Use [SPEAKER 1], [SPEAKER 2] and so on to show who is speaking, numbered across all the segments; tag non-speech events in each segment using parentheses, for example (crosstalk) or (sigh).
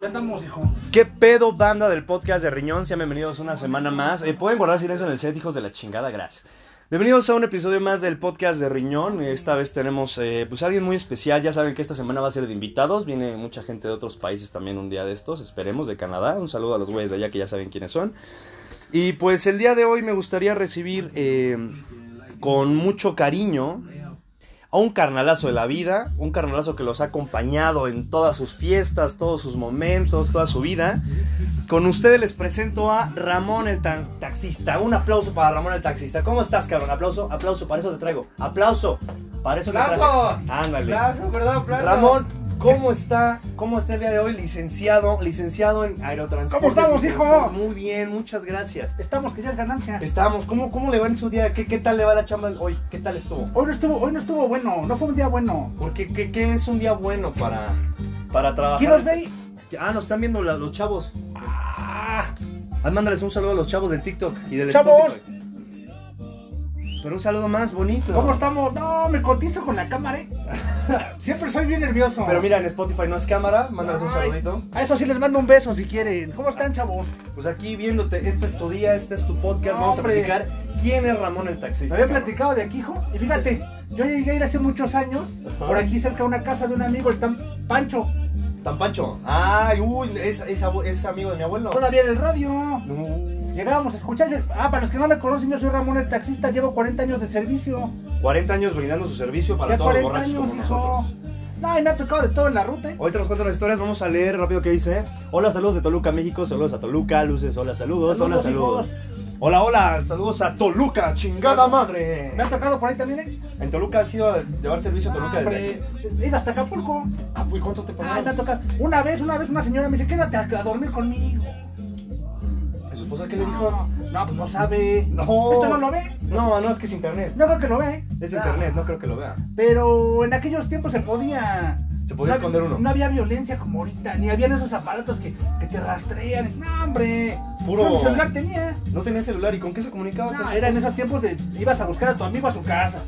[SPEAKER 1] Ya andamos, hijo.
[SPEAKER 2] ¿Qué pedo, banda del podcast de Riñón? Sean bienvenidos una semana más. Eh, Pueden guardar silencio en el set, hijos de la chingada, gracias. Bienvenidos a un episodio más del podcast de Riñón. Esta vez tenemos eh, pues alguien muy especial. Ya saben que esta semana va a ser de invitados. Viene mucha gente de otros países también un día de estos. Esperemos de Canadá. Un saludo a los güeyes de allá que ya saben quiénes son. Y pues el día de hoy me gustaría recibir eh, con mucho cariño a un carnalazo de la vida, un carnalazo que los ha acompañado en todas sus fiestas, todos sus momentos, toda su vida. Con ustedes les presento a Ramón el tan- taxista. Un aplauso para Ramón el taxista. ¿Cómo estás, cabrón? Aplauso, aplauso, para eso te traigo. Aplauso, para eso te traigo.
[SPEAKER 3] ¡Aplauso!
[SPEAKER 2] Ándale.
[SPEAKER 3] Aplauso, perdón, aplauso.
[SPEAKER 2] Ramón, ¿cómo está? ¿Cómo está el día de hoy, licenciado, licenciado en aerotransporte?
[SPEAKER 1] ¿Cómo estamos, hijo?
[SPEAKER 2] Muy bien, muchas gracias.
[SPEAKER 1] Estamos que ya es ganancia.
[SPEAKER 2] Estamos, ¿cómo, cómo le va en su día? ¿Qué, ¿Qué tal le va la chamba hoy? ¿Qué tal estuvo?
[SPEAKER 1] Hoy no estuvo, hoy no estuvo bueno, no fue un día bueno.
[SPEAKER 2] Porque ¿qué, qué es un día bueno para, para trabajar?
[SPEAKER 1] ¿Quién nos ve ahí?
[SPEAKER 2] Ah, nos están viendo la- los chavos.
[SPEAKER 1] Ah,
[SPEAKER 2] Ah, mándales un saludo a los chavos del TikTok y del
[SPEAKER 1] ¡Chavos!
[SPEAKER 2] Spotify. Pero un saludo más bonito.
[SPEAKER 1] ¿Cómo estamos? No, me cotizo con la cámara,
[SPEAKER 2] (laughs)
[SPEAKER 1] eh. Siempre soy bien nervioso.
[SPEAKER 2] Pero mira, en Spotify no es cámara, mándales un
[SPEAKER 1] Ay.
[SPEAKER 2] saludito.
[SPEAKER 1] A eso sí les mando un beso si quieren. ¿Cómo están, chavos?
[SPEAKER 2] Pues aquí viéndote, este es tu día, este es tu podcast,
[SPEAKER 1] No,
[SPEAKER 2] vamos
[SPEAKER 1] hombre.
[SPEAKER 2] a platicar quién es Ramón el
[SPEAKER 1] Me
[SPEAKER 2] taxista.
[SPEAKER 1] había
[SPEAKER 2] cabrón.
[SPEAKER 1] platicado de aquí, hijo. Y fíjate, yo llegué a ir hace muchos años
[SPEAKER 2] Ajá.
[SPEAKER 1] por aquí cerca de una casa de un amigo, el tan Pancho.
[SPEAKER 2] Tampancho. Ay, uy, es, es abue- es amigo de mi abuelo.
[SPEAKER 1] Todavía en el radio.
[SPEAKER 2] No.
[SPEAKER 1] Llegábamos a escuchar. yo- Ah, para los que no me conocen, yo soy Ramón el taxista, llevo 40 años de servicio.
[SPEAKER 2] 40 años brindando su servicio para
[SPEAKER 1] Ya
[SPEAKER 2] todos los
[SPEAKER 1] 40
[SPEAKER 2] borrachos
[SPEAKER 1] años,
[SPEAKER 2] como
[SPEAKER 1] hijo.
[SPEAKER 2] nosotros.
[SPEAKER 1] No, y me ha tocado de todo en la ruta, eh.
[SPEAKER 2] Hoy tras cuento las historias, vamos a leer rápido que dice. Hola, saludos de Toluca, México, saludos a Toluca, luces, hola, saludos, hola,
[SPEAKER 1] Saludos,
[SPEAKER 2] saludos. Hola, hola, saludos a Toluca, chingada madre.
[SPEAKER 1] Me ha tocado por ahí también, eh.
[SPEAKER 2] En Toluca ha sido a llevar servicio a Toluca desde
[SPEAKER 1] Hombre,
[SPEAKER 2] aquí.
[SPEAKER 1] he ido hasta Acapulco.
[SPEAKER 2] Ah, pues ¿cuánto te
[SPEAKER 1] Ay,
[SPEAKER 2] pagaron?
[SPEAKER 1] me ha tocado. Una vez, una vez, una señora me dice, quédate a, a dormir conmigo.
[SPEAKER 2] ¿A su esposa qué le dijo?
[SPEAKER 1] No, no, pues no sabe.
[SPEAKER 2] No.
[SPEAKER 1] Esto no lo ve.
[SPEAKER 2] No, no, es que es internet.
[SPEAKER 1] No creo que lo ve. ¿eh?
[SPEAKER 2] Es
[SPEAKER 1] Ah,
[SPEAKER 2] internet, no creo que lo vea.
[SPEAKER 1] Pero en aquellos tiempos se podía.
[SPEAKER 2] Se podía
[SPEAKER 1] no-
[SPEAKER 2] esconder uno.
[SPEAKER 1] No había violencia como ahorita, ni habían esos aparatos que, que te rastrean. No, hombre.
[SPEAKER 2] Puro-
[SPEAKER 1] Yo mi celular tenía.
[SPEAKER 2] No tenía celular, ¿y con qué se comunicaba?
[SPEAKER 1] No,
[SPEAKER 2] Con-
[SPEAKER 1] Pues era en esos tiempos de ibas a buscar a tu amigo a su casa.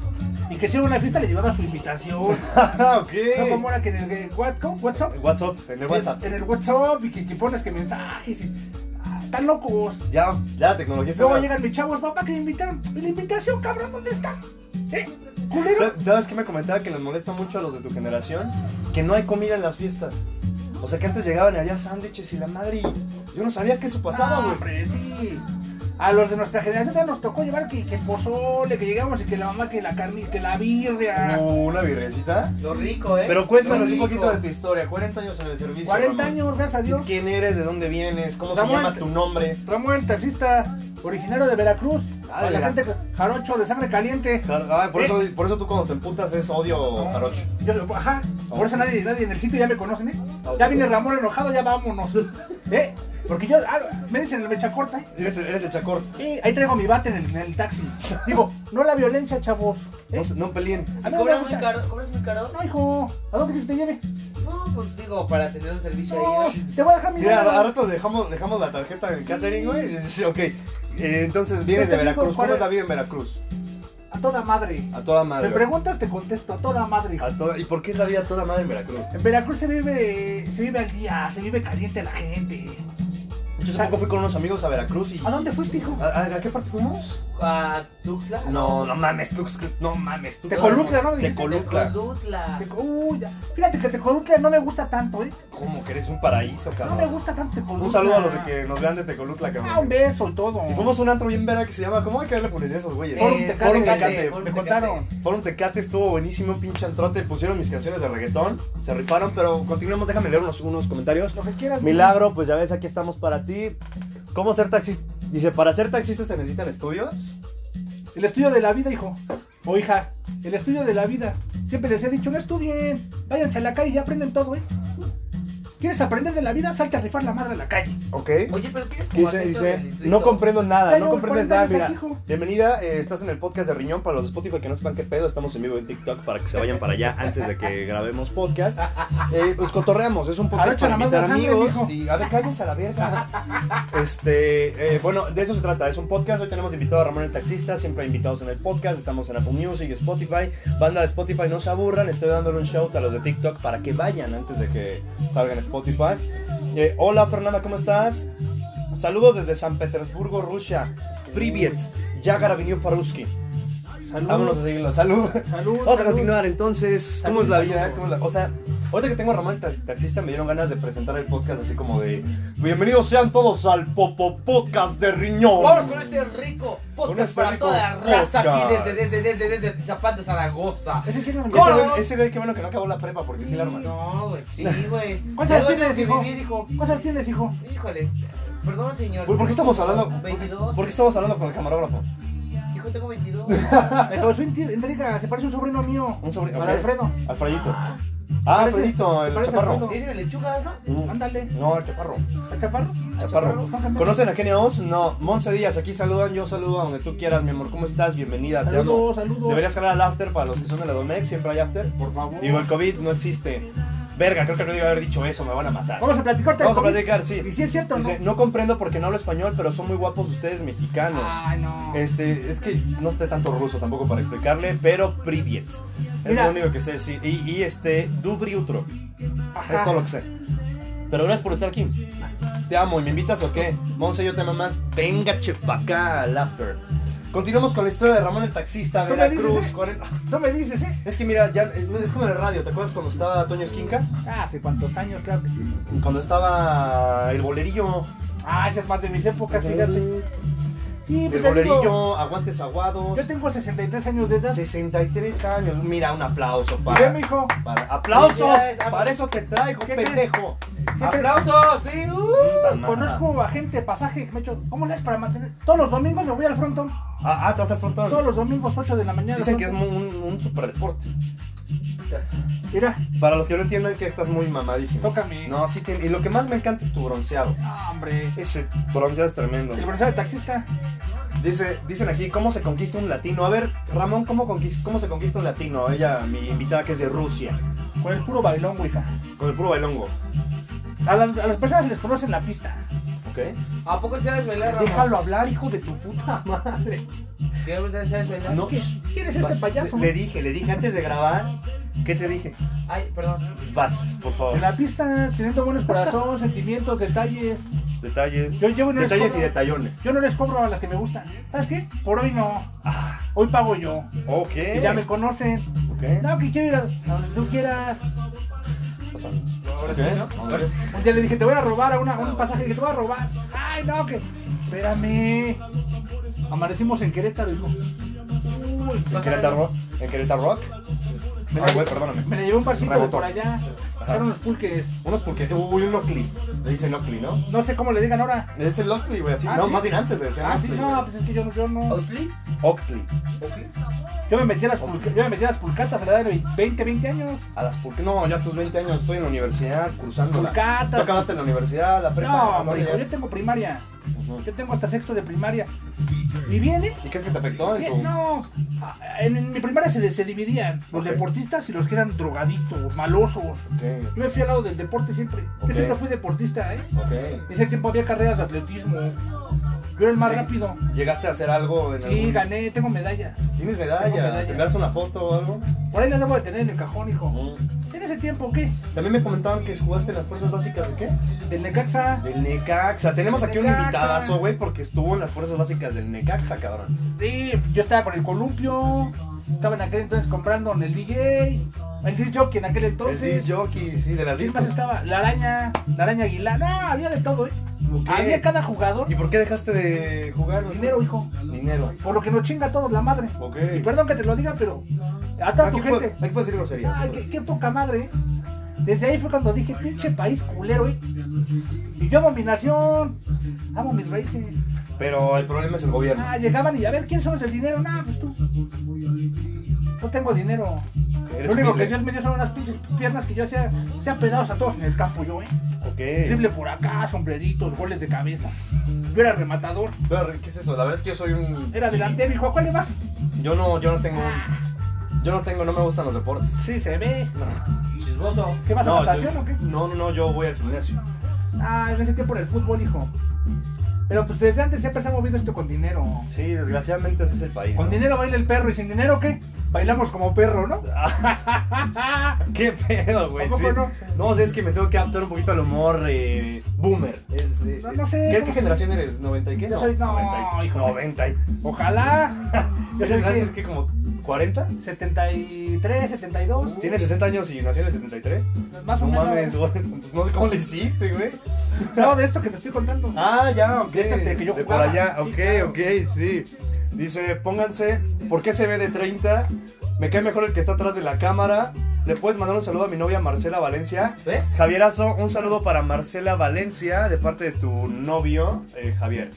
[SPEAKER 1] Y que si era una fiesta le llevaba su invitación.
[SPEAKER 2] (laughs) Ah, ok.
[SPEAKER 1] No como era que en el en what- ¿cómo? WhatsApp.
[SPEAKER 2] En WhatsApp, en el WhatsApp.
[SPEAKER 1] En el WhatsApp y que, que pones que mensajes y. ah, Están locos.
[SPEAKER 2] Ya, ya la tecnología está.
[SPEAKER 1] Luego llegan mis chavos, papá, que me invitaron. ¿Y la invitación, cabrón, dónde está? ¿Eh? ¿Culero?
[SPEAKER 2] Sa- ¿Sabes qué me comentaba que les molesta mucho a los de tu generación? Que no hay comida en las fiestas. O sea, que antes llegaban y había sándwiches y la madre y yo no sabía que eso pasaba,
[SPEAKER 1] Ah,
[SPEAKER 2] güey.
[SPEAKER 1] hombre, sí. A los de nuestra generación ya nos tocó llevar que, que el pozole, que llegamos y que la mamá, que la carne, que la birria.
[SPEAKER 2] No, una virrecita.
[SPEAKER 3] Lo rico, ¿eh?
[SPEAKER 2] Pero cuéntanos
[SPEAKER 3] Lo
[SPEAKER 2] un
[SPEAKER 3] rico.
[SPEAKER 2] poquito de tu historia. 40 años en el servicio.
[SPEAKER 1] 40
[SPEAKER 2] Ramón.
[SPEAKER 1] años, gracias a Dios.
[SPEAKER 2] ¿Quién eres? ¿De dónde vienes? ¿Cómo se
[SPEAKER 1] Ramón.
[SPEAKER 2] llama tu nombre?
[SPEAKER 1] Ramón, el taxista originario de Veracruz.
[SPEAKER 2] Ah, de
[SPEAKER 1] para la
[SPEAKER 2] Veracruz.
[SPEAKER 1] gente que- jarocho de sangre caliente.
[SPEAKER 2] Ah,
[SPEAKER 1] ¿Eh?
[SPEAKER 2] por, eso, por eso tú cuando te emputas es odio jarocho.
[SPEAKER 1] Yo- ajá, por eso nadie, nadie en el sitio ya me conocen, ¿eh?
[SPEAKER 2] Ah,
[SPEAKER 1] Ya
[SPEAKER 2] ok.
[SPEAKER 1] viene Ramón enojado, ya
[SPEAKER 2] (laughs)
[SPEAKER 1] vámonos. ¿Eh? Porque yo, ah, me dicen el mecha corta, ¿eh?
[SPEAKER 2] Eres, eres el chacor.
[SPEAKER 1] ¿eh? Ahí traigo mi bate en el, en el taxi. Digo, no la violencia, chavos. ¿eh?
[SPEAKER 2] No, se- Ah, no peleen.
[SPEAKER 1] A mí no
[SPEAKER 3] ¿Y
[SPEAKER 1] me
[SPEAKER 3] cobras muy
[SPEAKER 1] gusta.
[SPEAKER 3] caro? ¿Cobras muy caro?
[SPEAKER 1] No, hijo, ¿a dónde quieres que te lleve?
[SPEAKER 3] No, pues digo, para tener un servicio
[SPEAKER 1] No.
[SPEAKER 3] ahí.
[SPEAKER 1] Te voy a dejar mi
[SPEAKER 2] Mira,
[SPEAKER 1] número.
[SPEAKER 2] a rato dejamos, dejamos la tarjeta del catering, güey. y dices, Ok, Eh, entonces vienes de
[SPEAKER 1] Yo te digo,
[SPEAKER 2] Veracruz. ¿Cómo
[SPEAKER 1] ¿cuál
[SPEAKER 2] es la
[SPEAKER 1] es?
[SPEAKER 2] vida en Veracruz?
[SPEAKER 1] A toda madre.
[SPEAKER 2] A toda
[SPEAKER 1] Me
[SPEAKER 2] madre.
[SPEAKER 1] preguntas, te contesto, a toda madre. hijo.
[SPEAKER 2] A toda- ¿Y por qué es la vida a toda madre en Veracruz?
[SPEAKER 1] En Veracruz se vive, se vive al día, se vive caliente la gente.
[SPEAKER 2] Yo hace poco fui con unos amigos a Veracruz y...
[SPEAKER 1] ¿A dónde fuiste, hijo?
[SPEAKER 2] ¿A, a- a qué parte fuimos?
[SPEAKER 3] ¿A Tuxtla?
[SPEAKER 2] No, no mames, Tux, no mames, Tux.
[SPEAKER 1] Tecolucla, ¿no? Dijiste
[SPEAKER 2] Tecolucla.
[SPEAKER 3] Tecolucla.
[SPEAKER 1] Te- uy, ya. Fíjate que Tecolutla no me gusta tanto, ¿eh?
[SPEAKER 2] ¿Cómo que eres un paraíso,
[SPEAKER 1] No
[SPEAKER 2] cabrón?
[SPEAKER 1] me gusta tanto Tecolutla.
[SPEAKER 2] Un saludo a los de que nos vean de Tecolutla,
[SPEAKER 1] Ah, un
[SPEAKER 2] cabrón.
[SPEAKER 1] beso y todo.
[SPEAKER 2] Y fuimos a un antro bien vera que se llama... ¿Cómo va a caerle policía a esos güeyes?
[SPEAKER 1] Forum
[SPEAKER 3] Eh,
[SPEAKER 1] Tecate,
[SPEAKER 2] Forum
[SPEAKER 3] Tecate,
[SPEAKER 2] Tecate.
[SPEAKER 3] Forum
[SPEAKER 1] Me
[SPEAKER 3] Tecate.
[SPEAKER 1] contaron.
[SPEAKER 2] Forum Tecate estuvo buenísimo, pinche antrote. Pusieron mis canciones de reggaetón. Se rifaron, pero continuemos. Déjame leer unos, unos comentarios.
[SPEAKER 1] Lo que quieras.
[SPEAKER 2] Milagro, pues ya ves, aquí estamos para ti. ¿Cómo ser taxista? Dice, ¿para ser taxista se necesitan estudios?
[SPEAKER 1] El estudio de la vida, hijo. O hija, el estudio de la vida. Siempre les he dicho, no estudien. Váyanse a la calle y aprenden todo, ¿eh? ¿Quieres aprender de la vida? Salte a rifar la madre a la calle.
[SPEAKER 2] Ok.
[SPEAKER 3] Oye, pero tienes como
[SPEAKER 2] Dice,
[SPEAKER 3] acento del
[SPEAKER 2] dice,
[SPEAKER 3] distrito.
[SPEAKER 2] no comprendo nada,
[SPEAKER 1] Ya
[SPEAKER 2] no
[SPEAKER 1] llevo
[SPEAKER 2] comprendes
[SPEAKER 1] 40
[SPEAKER 2] nada,
[SPEAKER 1] años
[SPEAKER 2] mira.
[SPEAKER 1] aquí, hijo.
[SPEAKER 2] Bienvenida, eh, estás en el podcast de Riñón para los Spotify que no sepan qué pedo, estamos en vivo en TikTok para que se vayan para allá antes de que grabemos podcast. Eh, pues cotorreamos, es un podcast
[SPEAKER 1] Jarocho,
[SPEAKER 2] para
[SPEAKER 1] Ah, nada
[SPEAKER 2] invitar
[SPEAKER 1] más de
[SPEAKER 2] amigos
[SPEAKER 1] sangre,
[SPEAKER 2] y a ver, cállense a la verga. Este, eh, bueno, de eso se trata, es un podcast, hoy tenemos invitado a Ramón el Taxista, siempre hay invitados en el podcast, estamos en Apple Music, Spotify, banda de Spotify, no se aburran, estoy dándole un shout a los de TikTok para que vayan antes de que salgan Spotify. Eh, hola Fernanda, ¿cómo estás? Saludos desde San Petersburgo, Rusia. Privet, Yagar Avenue Paruski.
[SPEAKER 1] Salud.
[SPEAKER 2] Vámonos a seguirlo. Salud.
[SPEAKER 1] Salud.
[SPEAKER 2] Vamos a
[SPEAKER 1] salud.
[SPEAKER 2] continuar entonces. ¿Cómo
[SPEAKER 1] Salud,
[SPEAKER 2] es la
[SPEAKER 1] salud.
[SPEAKER 2] vida? ¿Cómo es la- O sea, ahorita que tengo a Ramón el tax- taxista me dieron ganas de presentar el podcast así como de Bienvenidos sean todos al Popo Podcast de Riñón.
[SPEAKER 3] Vamos con este rico
[SPEAKER 2] Con
[SPEAKER 3] podcast
[SPEAKER 2] este
[SPEAKER 3] para
[SPEAKER 2] rico
[SPEAKER 3] toda la raza aquí
[SPEAKER 2] podcast.
[SPEAKER 3] desde, desde, desde, desde Tizapán de Zaragoza.
[SPEAKER 1] ¿Ese quién
[SPEAKER 2] Ese
[SPEAKER 1] lo
[SPEAKER 3] Coro.
[SPEAKER 2] güey, ese güey, qué bueno que no acabó la prepa porque sí la arma.
[SPEAKER 3] No, güey,
[SPEAKER 2] (laughs)
[SPEAKER 3] sí, güey.
[SPEAKER 1] ¿Cuántos años
[SPEAKER 3] Ya lo
[SPEAKER 1] tienes,
[SPEAKER 3] que
[SPEAKER 1] hijo?
[SPEAKER 3] viví, dijo,
[SPEAKER 1] ¿Cuántas tienes, hijo?
[SPEAKER 3] Híjole, perdón, señor.
[SPEAKER 2] ¿Por, por qué estamos hablando? ¿Por qué,
[SPEAKER 3] 22.
[SPEAKER 2] por qué estamos hablando con el camarógrafo?
[SPEAKER 3] Hijo, tengo 22.
[SPEAKER 1] El Josué Inti- Intriga, se parece un sobrino mío.
[SPEAKER 2] Un sobrino.
[SPEAKER 1] Para
[SPEAKER 2] ok.
[SPEAKER 1] Alfredo.
[SPEAKER 2] Alfredito. Ah,
[SPEAKER 1] Parece-
[SPEAKER 2] Alfredito, el
[SPEAKER 1] parece
[SPEAKER 2] chaparro.
[SPEAKER 1] Alfredo.
[SPEAKER 3] Dicen lechugas, ¿no?
[SPEAKER 2] Mm.
[SPEAKER 1] Ándale.
[SPEAKER 2] No, el chaparro.
[SPEAKER 1] ¿El chaparro?
[SPEAKER 2] Chaparro. ¿Conocen a Kenia Oz? No. Monse Díaz, aquí saludan, yo saludo a donde tú quieras, mi amor. ¿Cómo estás? Bienvenida, te amo.
[SPEAKER 1] Saludos, saludos.
[SPEAKER 2] Deberías jalar al after para los que son de la Domex, siempre hay after.
[SPEAKER 1] Por favor.
[SPEAKER 2] Digo, el COVID no existe. Verga, creo que no debí haber dicho eso, me van a matar.
[SPEAKER 1] Vamos a platicarte.
[SPEAKER 2] Vamos a
[SPEAKER 1] del COVID.
[SPEAKER 2] platicar, sí.
[SPEAKER 1] Y si es cierto, o ¿no?
[SPEAKER 2] Dice, no comprendo porque no hablo español, pero son muy guapos ustedes mexicanos.
[SPEAKER 1] Ay, no.
[SPEAKER 2] Este, es que no estoy tanto ruso tampoco para explicarle, pero Privet. Es
[SPEAKER 1] Mira.
[SPEAKER 2] lo único que sé decir. Y, y este, Dubri Utro.
[SPEAKER 1] Ajá.
[SPEAKER 2] Es todo lo que sé. Pero gracias por estar aquí. Te amo. ¿Y me invitas o qué? Monse, yo te amo más. Venga, chepacá, al after. Continuamos con la historia de Ramón el taxista,
[SPEAKER 1] ¿Tú me
[SPEAKER 2] Veracruz,
[SPEAKER 1] dices, eh?
[SPEAKER 2] 40.
[SPEAKER 1] Tú me dices, ¿eh?
[SPEAKER 2] Es que mira, ya, es, es como en el radio. ¿Te acuerdas cuando estaba Toño Esquinca?
[SPEAKER 1] Ah, hace cuántos años, claro que sí.
[SPEAKER 2] Cuando estaba el bolerillo.
[SPEAKER 1] Ah, ese es más de mis épocas, fíjate. Sí,
[SPEAKER 2] El
[SPEAKER 1] pues te digo,
[SPEAKER 2] bolerillo, aguantes aguados.
[SPEAKER 1] yo tengo 63 años de edad.
[SPEAKER 2] 63 años. Mira, un aplauso
[SPEAKER 1] ¿Y qué,
[SPEAKER 2] para.
[SPEAKER 1] mijo?
[SPEAKER 2] para- ¡Aplausos!
[SPEAKER 3] Felicidades, am-
[SPEAKER 2] Para eso te traigo,
[SPEAKER 1] ¿Qué
[SPEAKER 2] pendejo.
[SPEAKER 1] ¿Qué crees?
[SPEAKER 3] ¡Aplausos! ¡Sí! uh.
[SPEAKER 2] Puta madre.
[SPEAKER 1] Conozco a gente, pasaje, que me he hecho, ¿cómo le haces para mantener? Todos los domingos me voy al frontón.
[SPEAKER 2] Ah, ah, te vas al frontón.
[SPEAKER 1] Todos los domingos, 8 de la mañana.
[SPEAKER 2] Dicen que es
[SPEAKER 1] frontón.
[SPEAKER 2] mu- un, un superdeporte.
[SPEAKER 1] Mira,
[SPEAKER 2] Para los que no entienden que estás muy mamadísimo.
[SPEAKER 1] tócame.
[SPEAKER 2] No, sí tiene. Y lo que más me encanta es tu bronceado.
[SPEAKER 1] Ah, hombre.
[SPEAKER 2] Ese bronceado es tremendo.
[SPEAKER 1] El bronceado de taxista.
[SPEAKER 2] Dice, dicen aquí, ¿cómo se conquista un latino? A ver, Ramón, ¿cómo, conquis- cómo se conquista un latino? Ella, mi invitada que es de Rusia,
[SPEAKER 1] Con el puro bailón, güija.
[SPEAKER 2] con el puro bailongo.
[SPEAKER 1] A, las- a las personas les conocen la pista.
[SPEAKER 2] ¿Ok?
[SPEAKER 3] ¿A poco sabes bailar, Ramón?
[SPEAKER 2] Déjalo hablar, hijo de tu puta madre.
[SPEAKER 3] ¿Qué verdad sabes bailar?
[SPEAKER 2] No,
[SPEAKER 1] ¿Qué- ¿Quién es este
[SPEAKER 2] vas.
[SPEAKER 1] payaso?
[SPEAKER 2] Le, le dije, le dije antes de grabar. ¿Qué te dije?
[SPEAKER 3] Ay, perdón.
[SPEAKER 2] Vas, por favor.
[SPEAKER 1] En la pista, teniendo buenos corazones, (laughs) sentimientos, detalles.
[SPEAKER 2] Detalles.
[SPEAKER 1] Yo llevo y no les
[SPEAKER 2] Detalles y
[SPEAKER 1] cobro.
[SPEAKER 2] detallones.
[SPEAKER 1] Yo no les cobro a las que me gustan. ¿Sabes qué? Por hoy no.
[SPEAKER 2] Ah, Eh.
[SPEAKER 1] Hoy pago yo.
[SPEAKER 2] ok.
[SPEAKER 1] Y ya me conocen.
[SPEAKER 2] Ok.
[SPEAKER 1] No, que quiero ir a a donde tú quieras.
[SPEAKER 2] O sea,
[SPEAKER 3] Ahora
[SPEAKER 2] ok.
[SPEAKER 3] sí, ¿no? Ahora sí.
[SPEAKER 1] Un día le dije, te voy a robar a, una, a
[SPEAKER 2] Ah,
[SPEAKER 1] un pasaje que te voy a robar. Ay, no, que. Espérame. Amanecimos en Querétaro, hijo. Uy,
[SPEAKER 2] ¿En Querétaro Rock? ¿En Querétaro Rock?
[SPEAKER 1] Me-
[SPEAKER 2] Ay, güey, perdóname.
[SPEAKER 1] Me le llevé un parcito de
[SPEAKER 2] Rebotó.
[SPEAKER 1] por allá.
[SPEAKER 2] Ajá.
[SPEAKER 1] Eran unos pulques.
[SPEAKER 2] Unos porque. Uy, un Ocli. Le dicen Ocli, ¿no?
[SPEAKER 1] No sé cómo le digan ahora.
[SPEAKER 2] Es el Octli, güey, así.
[SPEAKER 1] Ah,
[SPEAKER 2] no,
[SPEAKER 1] ¿sí?
[SPEAKER 2] más bien antes le decían
[SPEAKER 1] Ah, sí,
[SPEAKER 2] Octli.
[SPEAKER 1] no, pues es que yo, no- yo no.
[SPEAKER 3] ¿Outli?
[SPEAKER 2] Octli.
[SPEAKER 3] ¿Outli?
[SPEAKER 1] Yo me metí a las, pulca- yo me metí a las pulcatas a la edad de 20, 20 años.
[SPEAKER 2] A las porque no, ya a tus 20 años estoy en la universidad cruzando. La... ¿Tú
[SPEAKER 1] Pulcatas.
[SPEAKER 2] acabaste la universidad, la prepa?
[SPEAKER 1] No,
[SPEAKER 2] ¿Hasta dónde
[SPEAKER 1] hombre, hijo, yo
[SPEAKER 2] llegaste?
[SPEAKER 1] tengo primaria.
[SPEAKER 2] Ujú.
[SPEAKER 1] Yo tengo hasta sexto de primaria. ¿Y viene?
[SPEAKER 2] ¿Y qué es que te afectó en tu.?
[SPEAKER 1] Eh, No, Ah, en, en mi primaria se, se dividían los
[SPEAKER 2] Ok.
[SPEAKER 1] deportistas y los que eran drogadictos, malosos.
[SPEAKER 2] Ok,
[SPEAKER 1] Yo me fui al lado del deporte siempre.
[SPEAKER 2] Ok.
[SPEAKER 1] Yo siempre fui deportista, ¿eh?
[SPEAKER 2] ok.
[SPEAKER 1] En ese tiempo había carreras de atletismo. Yo era el más
[SPEAKER 2] Sí.
[SPEAKER 1] rápido.
[SPEAKER 2] ¿Llegaste a hacer algo en
[SPEAKER 1] Sí,
[SPEAKER 2] algún-
[SPEAKER 1] gané, tengo medallas.
[SPEAKER 2] ¿Tienes medalla?
[SPEAKER 1] Tengo medalla.
[SPEAKER 2] ¿Tendrás una foto o algo?
[SPEAKER 1] Por ahí las debo de tener en el cajón, hijo. ¿En ese tiempo qué?
[SPEAKER 2] También me comentaban que jugaste en las fuerzas básicas de qué?
[SPEAKER 1] Del Necaxa.
[SPEAKER 2] Del Necaxa. Tenemos aquí un
[SPEAKER 1] Necaxa.
[SPEAKER 2] invitadazo, güey, porque estuvo en las fuerzas básicas del Necaxa, cabrón.
[SPEAKER 1] Sí, yo estaba con el columpio. Estaba en aquel entonces comprando en el DJ. El disc jockey en aquel entonces.
[SPEAKER 2] el disc jockey, sí, de las
[SPEAKER 1] ¿Quién más
[SPEAKER 2] discos.
[SPEAKER 1] estaba? La araña, la araña aguilar. No, había de todo, ¿eh?
[SPEAKER 2] Ok.
[SPEAKER 1] Había cada jugador.
[SPEAKER 2] ¿Y por qué dejaste de jugar? güey?
[SPEAKER 1] Dinero, hijo.
[SPEAKER 2] Dinero.
[SPEAKER 1] Por lo que nos chinga a todos la madre.
[SPEAKER 2] Ok.
[SPEAKER 1] Y perdón que te lo diga, pero. A toda tu
[SPEAKER 2] Aquí puedo,
[SPEAKER 1] gente.
[SPEAKER 2] aquí puedo decir grosería.
[SPEAKER 1] Ay, qué, qué poca madre, ¿eh? Desde ahí fue cuando dije, pinche país culero, ¿eh? Y yo amo mi nación. Amo mis raíces.
[SPEAKER 2] Pero el problema es el gobierno.
[SPEAKER 1] Ah, llegaban y a ver, ¿quién somos el dinero? No, pues tú. No tengo dinero.
[SPEAKER 2] Eres
[SPEAKER 1] Lo único
[SPEAKER 2] humilde.
[SPEAKER 1] que Dios me dio son unas pinches piernas que yo hacía, hacía pedazos a todos en el campo, yo, ¿eh?
[SPEAKER 2] Ok.
[SPEAKER 1] Triple por acá, sombreritos, goles de cabeza. Yo era rematador,
[SPEAKER 2] Pero, ¿Qué es eso? La verdad es que yo soy un.
[SPEAKER 1] era delantero, hijo. Ah. ¿A cuál le vas?
[SPEAKER 2] Yo no, yo no tengo. Yo no tengo, no me gustan los deportes.
[SPEAKER 1] Sí, se ve.
[SPEAKER 3] Chismoso.
[SPEAKER 1] ¿Qué vas
[SPEAKER 2] No,
[SPEAKER 1] a natación
[SPEAKER 2] yo-
[SPEAKER 1] o qué?
[SPEAKER 2] No, no, no, yo voy al gimnasio.
[SPEAKER 1] Ah, en ese tiempo era el fútbol, hijo. Pero pues desde antes siempre se ha movido esto con dinero.
[SPEAKER 2] Sí, desgraciadamente ese es el país.
[SPEAKER 1] Con
[SPEAKER 2] ¿no?
[SPEAKER 1] dinero baila el perro y sin dinero, ¿qué? Bailamos como perro, ¿no?
[SPEAKER 2] (laughs) ¿Qué pedo, güey?
[SPEAKER 1] ¿A poco
[SPEAKER 2] Sí.
[SPEAKER 1] no?
[SPEAKER 2] No, o sea, es que me tengo que adaptar un poquito al humor eh, boomer. Es, eh,
[SPEAKER 1] No, no sé,
[SPEAKER 2] ¿Qué,
[SPEAKER 1] ¿cómo
[SPEAKER 2] qué
[SPEAKER 1] se-
[SPEAKER 2] generación eres? ¿90 y qué?
[SPEAKER 1] Yo soy- no,
[SPEAKER 2] 90 y-
[SPEAKER 1] hijo.
[SPEAKER 2] 90 y...
[SPEAKER 1] Ojalá. (laughs) Yo soy
[SPEAKER 2] ¿Eres
[SPEAKER 1] de
[SPEAKER 2] nacer, qué, como 40?
[SPEAKER 1] 73, 72.
[SPEAKER 2] ¿Tienes 60 años y nació en el 73?
[SPEAKER 1] Más o
[SPEAKER 2] no
[SPEAKER 1] menos.
[SPEAKER 2] mames, güey. Pues no sé cómo le hiciste, güey.
[SPEAKER 1] No, de esto que te estoy contando.
[SPEAKER 2] Ah, ya, ok.
[SPEAKER 1] De esta que yo
[SPEAKER 2] de por
[SPEAKER 1] jugaba.
[SPEAKER 2] allá,
[SPEAKER 1] Sí,
[SPEAKER 2] ok,
[SPEAKER 1] claro.
[SPEAKER 2] ok, sí. Dice, pónganse, ¿por qué se ve de 30? Me cae mejor el que está atrás de la cámara. Le puedes mandar un saludo a mi novia Marcela Valencia.
[SPEAKER 3] ¿Ves?
[SPEAKER 2] Javierazo, un saludo para Marcela Valencia de parte de tu novio, eh, Javier.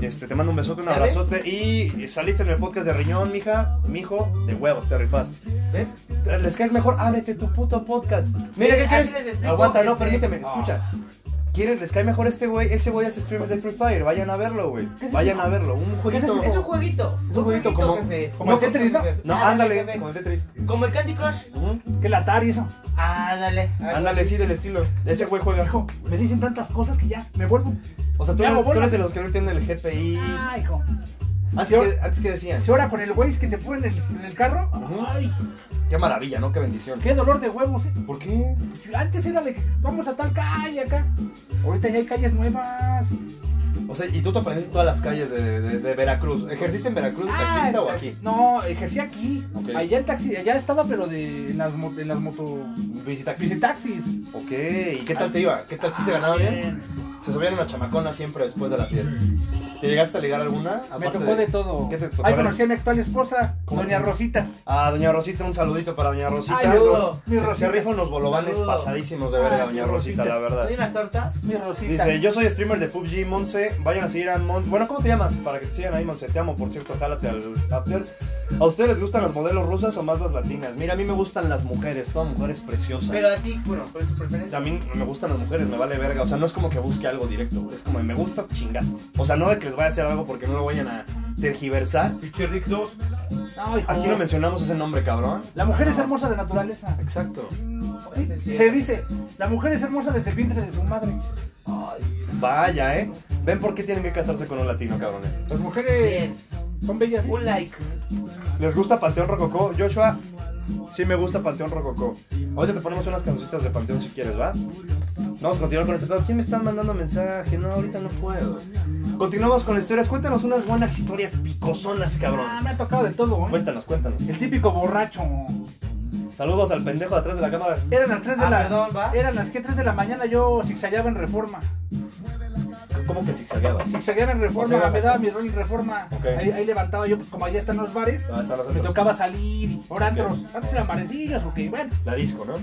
[SPEAKER 2] Este, te mando un besote, un
[SPEAKER 3] ¿Ya ves?
[SPEAKER 2] abrazote. Y saliste en el podcast de Riñón, mija. Mijo, de huevos, te rifaste.
[SPEAKER 3] ¿Ves?
[SPEAKER 2] Les caes mejor, ábrete tu puto podcast. Mira, ¿qué
[SPEAKER 3] así
[SPEAKER 2] crees?
[SPEAKER 3] les explico,
[SPEAKER 2] Aguanta, no,
[SPEAKER 3] este-
[SPEAKER 2] permíteme, escucha. ¿Quieren? Les cae mejor este güey. Ese güey hace streams de Free Fire. Vayan a verlo, güey. Vayan a verlo. Un jueguito.
[SPEAKER 3] Es un jueguito.
[SPEAKER 2] Es un jueguito como-
[SPEAKER 3] jefe.
[SPEAKER 1] como el Tetris, ¿no?
[SPEAKER 2] No,
[SPEAKER 3] Ándale,
[SPEAKER 2] ándale,
[SPEAKER 3] jefe.
[SPEAKER 2] como el Tetris.
[SPEAKER 3] Como el Candy Crush.
[SPEAKER 2] Ujú.
[SPEAKER 1] Que el Atari, eso.
[SPEAKER 3] Ándale. ándale.
[SPEAKER 2] Ándale, sí, del estilo. Ese güey juega.
[SPEAKER 1] Hijo, me dicen tantas cosas que ya me vuelvo.
[SPEAKER 2] O sea, tú
[SPEAKER 1] Me hago
[SPEAKER 2] eres, tú
[SPEAKER 1] bolas.
[SPEAKER 2] eres de los que no entienden el GPI.
[SPEAKER 1] Ah, hijo.
[SPEAKER 2] Antes que, antes que decían.
[SPEAKER 1] Si ahora con el Waze que te pone en el, en el carro, ay,
[SPEAKER 2] Qué maravilla, ¿no? Qué bendición.
[SPEAKER 1] qué dolor de huevos, eh.
[SPEAKER 2] ¿Por qué?
[SPEAKER 1] Antes era de que vamos a tal calle acá. Ahorita ya hay calles nuevas.
[SPEAKER 2] O sea, y tú te aprendiste todas las calles de, de- de Veracruz. ¿Ejerciste en Veracruz de
[SPEAKER 1] Ah,
[SPEAKER 2] taxista o
[SPEAKER 1] entonces-
[SPEAKER 2] aquí?
[SPEAKER 1] No, ejercí aquí.
[SPEAKER 2] Ok.
[SPEAKER 1] Allá en taxi, allá estaba, pero de en las, mo- en las moto.
[SPEAKER 2] Visitaxis.
[SPEAKER 1] Visitaxis.
[SPEAKER 2] Ok, ¿y qué tal te iba? ¿Qué tal si
[SPEAKER 1] Ah,
[SPEAKER 2] se ganaba bien? Se subían una chamacona siempre después de las fiestas. ¿Te llegaste a ligar alguna?
[SPEAKER 1] Me
[SPEAKER 2] Aparte
[SPEAKER 1] tocó de todo.
[SPEAKER 2] ¿Qué te tocó?
[SPEAKER 1] Ahí
[SPEAKER 2] A ver.
[SPEAKER 1] conocí a mi actual esposa,
[SPEAKER 2] ¿Cómo?
[SPEAKER 1] Doña Rosita.
[SPEAKER 2] Ah, doña Rosita, un saludito para doña Rosita.
[SPEAKER 1] Ay,
[SPEAKER 3] Saludo.
[SPEAKER 1] mi
[SPEAKER 2] se,
[SPEAKER 1] Rosita.
[SPEAKER 2] se rifa unos bolovanes
[SPEAKER 3] Saludo.
[SPEAKER 2] pasadísimos de verga,
[SPEAKER 1] Ay,
[SPEAKER 2] doña
[SPEAKER 1] mi
[SPEAKER 2] Rosita,
[SPEAKER 1] Rosita.
[SPEAKER 2] la verdad.
[SPEAKER 3] ¿Doy unas tortas?
[SPEAKER 1] Mi Rosita.
[SPEAKER 2] Dice, yo soy streamer de PUBG, Monse, vayan a seguir a Monse. Bueno, ¿cómo te llamas? Para que te sigan ahí, Monse, te amo, por cierto, jálate al after. ¿A ustedes les gustan las modelos rusas o más las latinas? Mira, a mí me gustan las mujeres, toda mujer es preciosa.
[SPEAKER 3] Pero a ti, bueno, ¿cuál es tu preferencia?
[SPEAKER 2] A mí me gustan las mujeres, me vale verga. O sea, no es como que busque algo directo. Es como, de, me gustas, chingaste. O sea, no de que les vaya a hacer algo porque no lo vayan a tergiversar.
[SPEAKER 3] Pinche Rixos.
[SPEAKER 1] No, hijo.
[SPEAKER 2] Aquí no mencionamos ese nombre, cabrón.
[SPEAKER 1] La mujer es hermosa de naturaleza.
[SPEAKER 2] Exacto.
[SPEAKER 3] Sí.
[SPEAKER 1] Se dice, la mujer es hermosa desde el vientre de su madre.
[SPEAKER 2] Vaya, ¿eh? ¿Ven por qué tienen que casarse con un latino, cabrones?
[SPEAKER 1] Las mujeres son bellas. ¿sí?
[SPEAKER 3] Un like.
[SPEAKER 2] ¿Les gusta Panteón Rococó? Joshua, sí me gusta Panteón Rococó. Ahorita te ponemos unas cancioncitas de Panteón si quieres, ¿va? Vamos a continuar con este pedo. ¿Quién me está mandando mensaje? No, ahorita no puedo. Continuamos con historias. Cuéntanos unas buenas historias picosonas, cabrón.
[SPEAKER 1] Ah, me ha tocado de todo, ¿eh?
[SPEAKER 2] Cuéntanos, cuéntanos.
[SPEAKER 1] El típico borracho.
[SPEAKER 2] Saludos al pendejo de atrás de la cámara.
[SPEAKER 1] Eran las 3 de
[SPEAKER 3] Ah,
[SPEAKER 1] la
[SPEAKER 3] perdón, ¿va?
[SPEAKER 1] Eran las que 3 de la mañana yo zigzagueaba en Reforma.
[SPEAKER 2] ¿Cómo que zigzagueabas?
[SPEAKER 1] Zigzagueaba en
[SPEAKER 2] O sea,
[SPEAKER 1] Reforma,
[SPEAKER 2] ibas
[SPEAKER 1] me
[SPEAKER 2] a-
[SPEAKER 1] daba mi rol en Reforma.
[SPEAKER 2] Ok.
[SPEAKER 1] Ahí, ahí levantaba yo, pues como allá están los bares,
[SPEAKER 2] Ah, están los
[SPEAKER 1] me
[SPEAKER 2] antros.
[SPEAKER 1] tocaba salir, por antros.
[SPEAKER 2] Ok.
[SPEAKER 1] Antes eran barecillos, ok, bueno.
[SPEAKER 2] La disco, ¿no?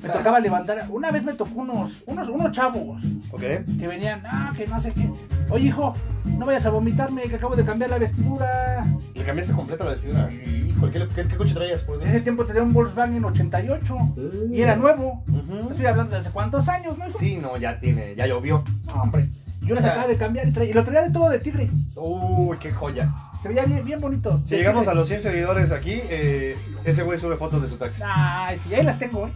[SPEAKER 1] Me tocaba levantar. Una vez me tocó unos, unos, unos chavos
[SPEAKER 2] Ok.
[SPEAKER 1] que venían, ah, que no sé qué. Oye, hijo, no vayas a vomitarme, que acabo de cambiar la vestidura.
[SPEAKER 2] Le cambiaste completa la vestidura. Hijo, ¿qué, le- qué, qué coche traías por
[SPEAKER 1] En ese tiempo tenía un Volkswagen 88
[SPEAKER 2] Eh,
[SPEAKER 1] y era nuevo. Estoy hablando de hace cuántos años, ¿no? hijo?
[SPEAKER 2] Sí, no, ya tiene, ya llovió.
[SPEAKER 1] No, hombre. Yo les acababa de cambiar y, traía- y lo traía de todo de tigre.
[SPEAKER 2] Uy, qué joya.
[SPEAKER 1] Se veía bien, bien bonito.
[SPEAKER 2] Si
[SPEAKER 1] De
[SPEAKER 2] llegamos a
[SPEAKER 1] tigre.
[SPEAKER 2] los 100 seguidores aquí, eh, ese güey sube fotos de su taxi.
[SPEAKER 1] Ay, sí, ahí las tengo, ¿eh?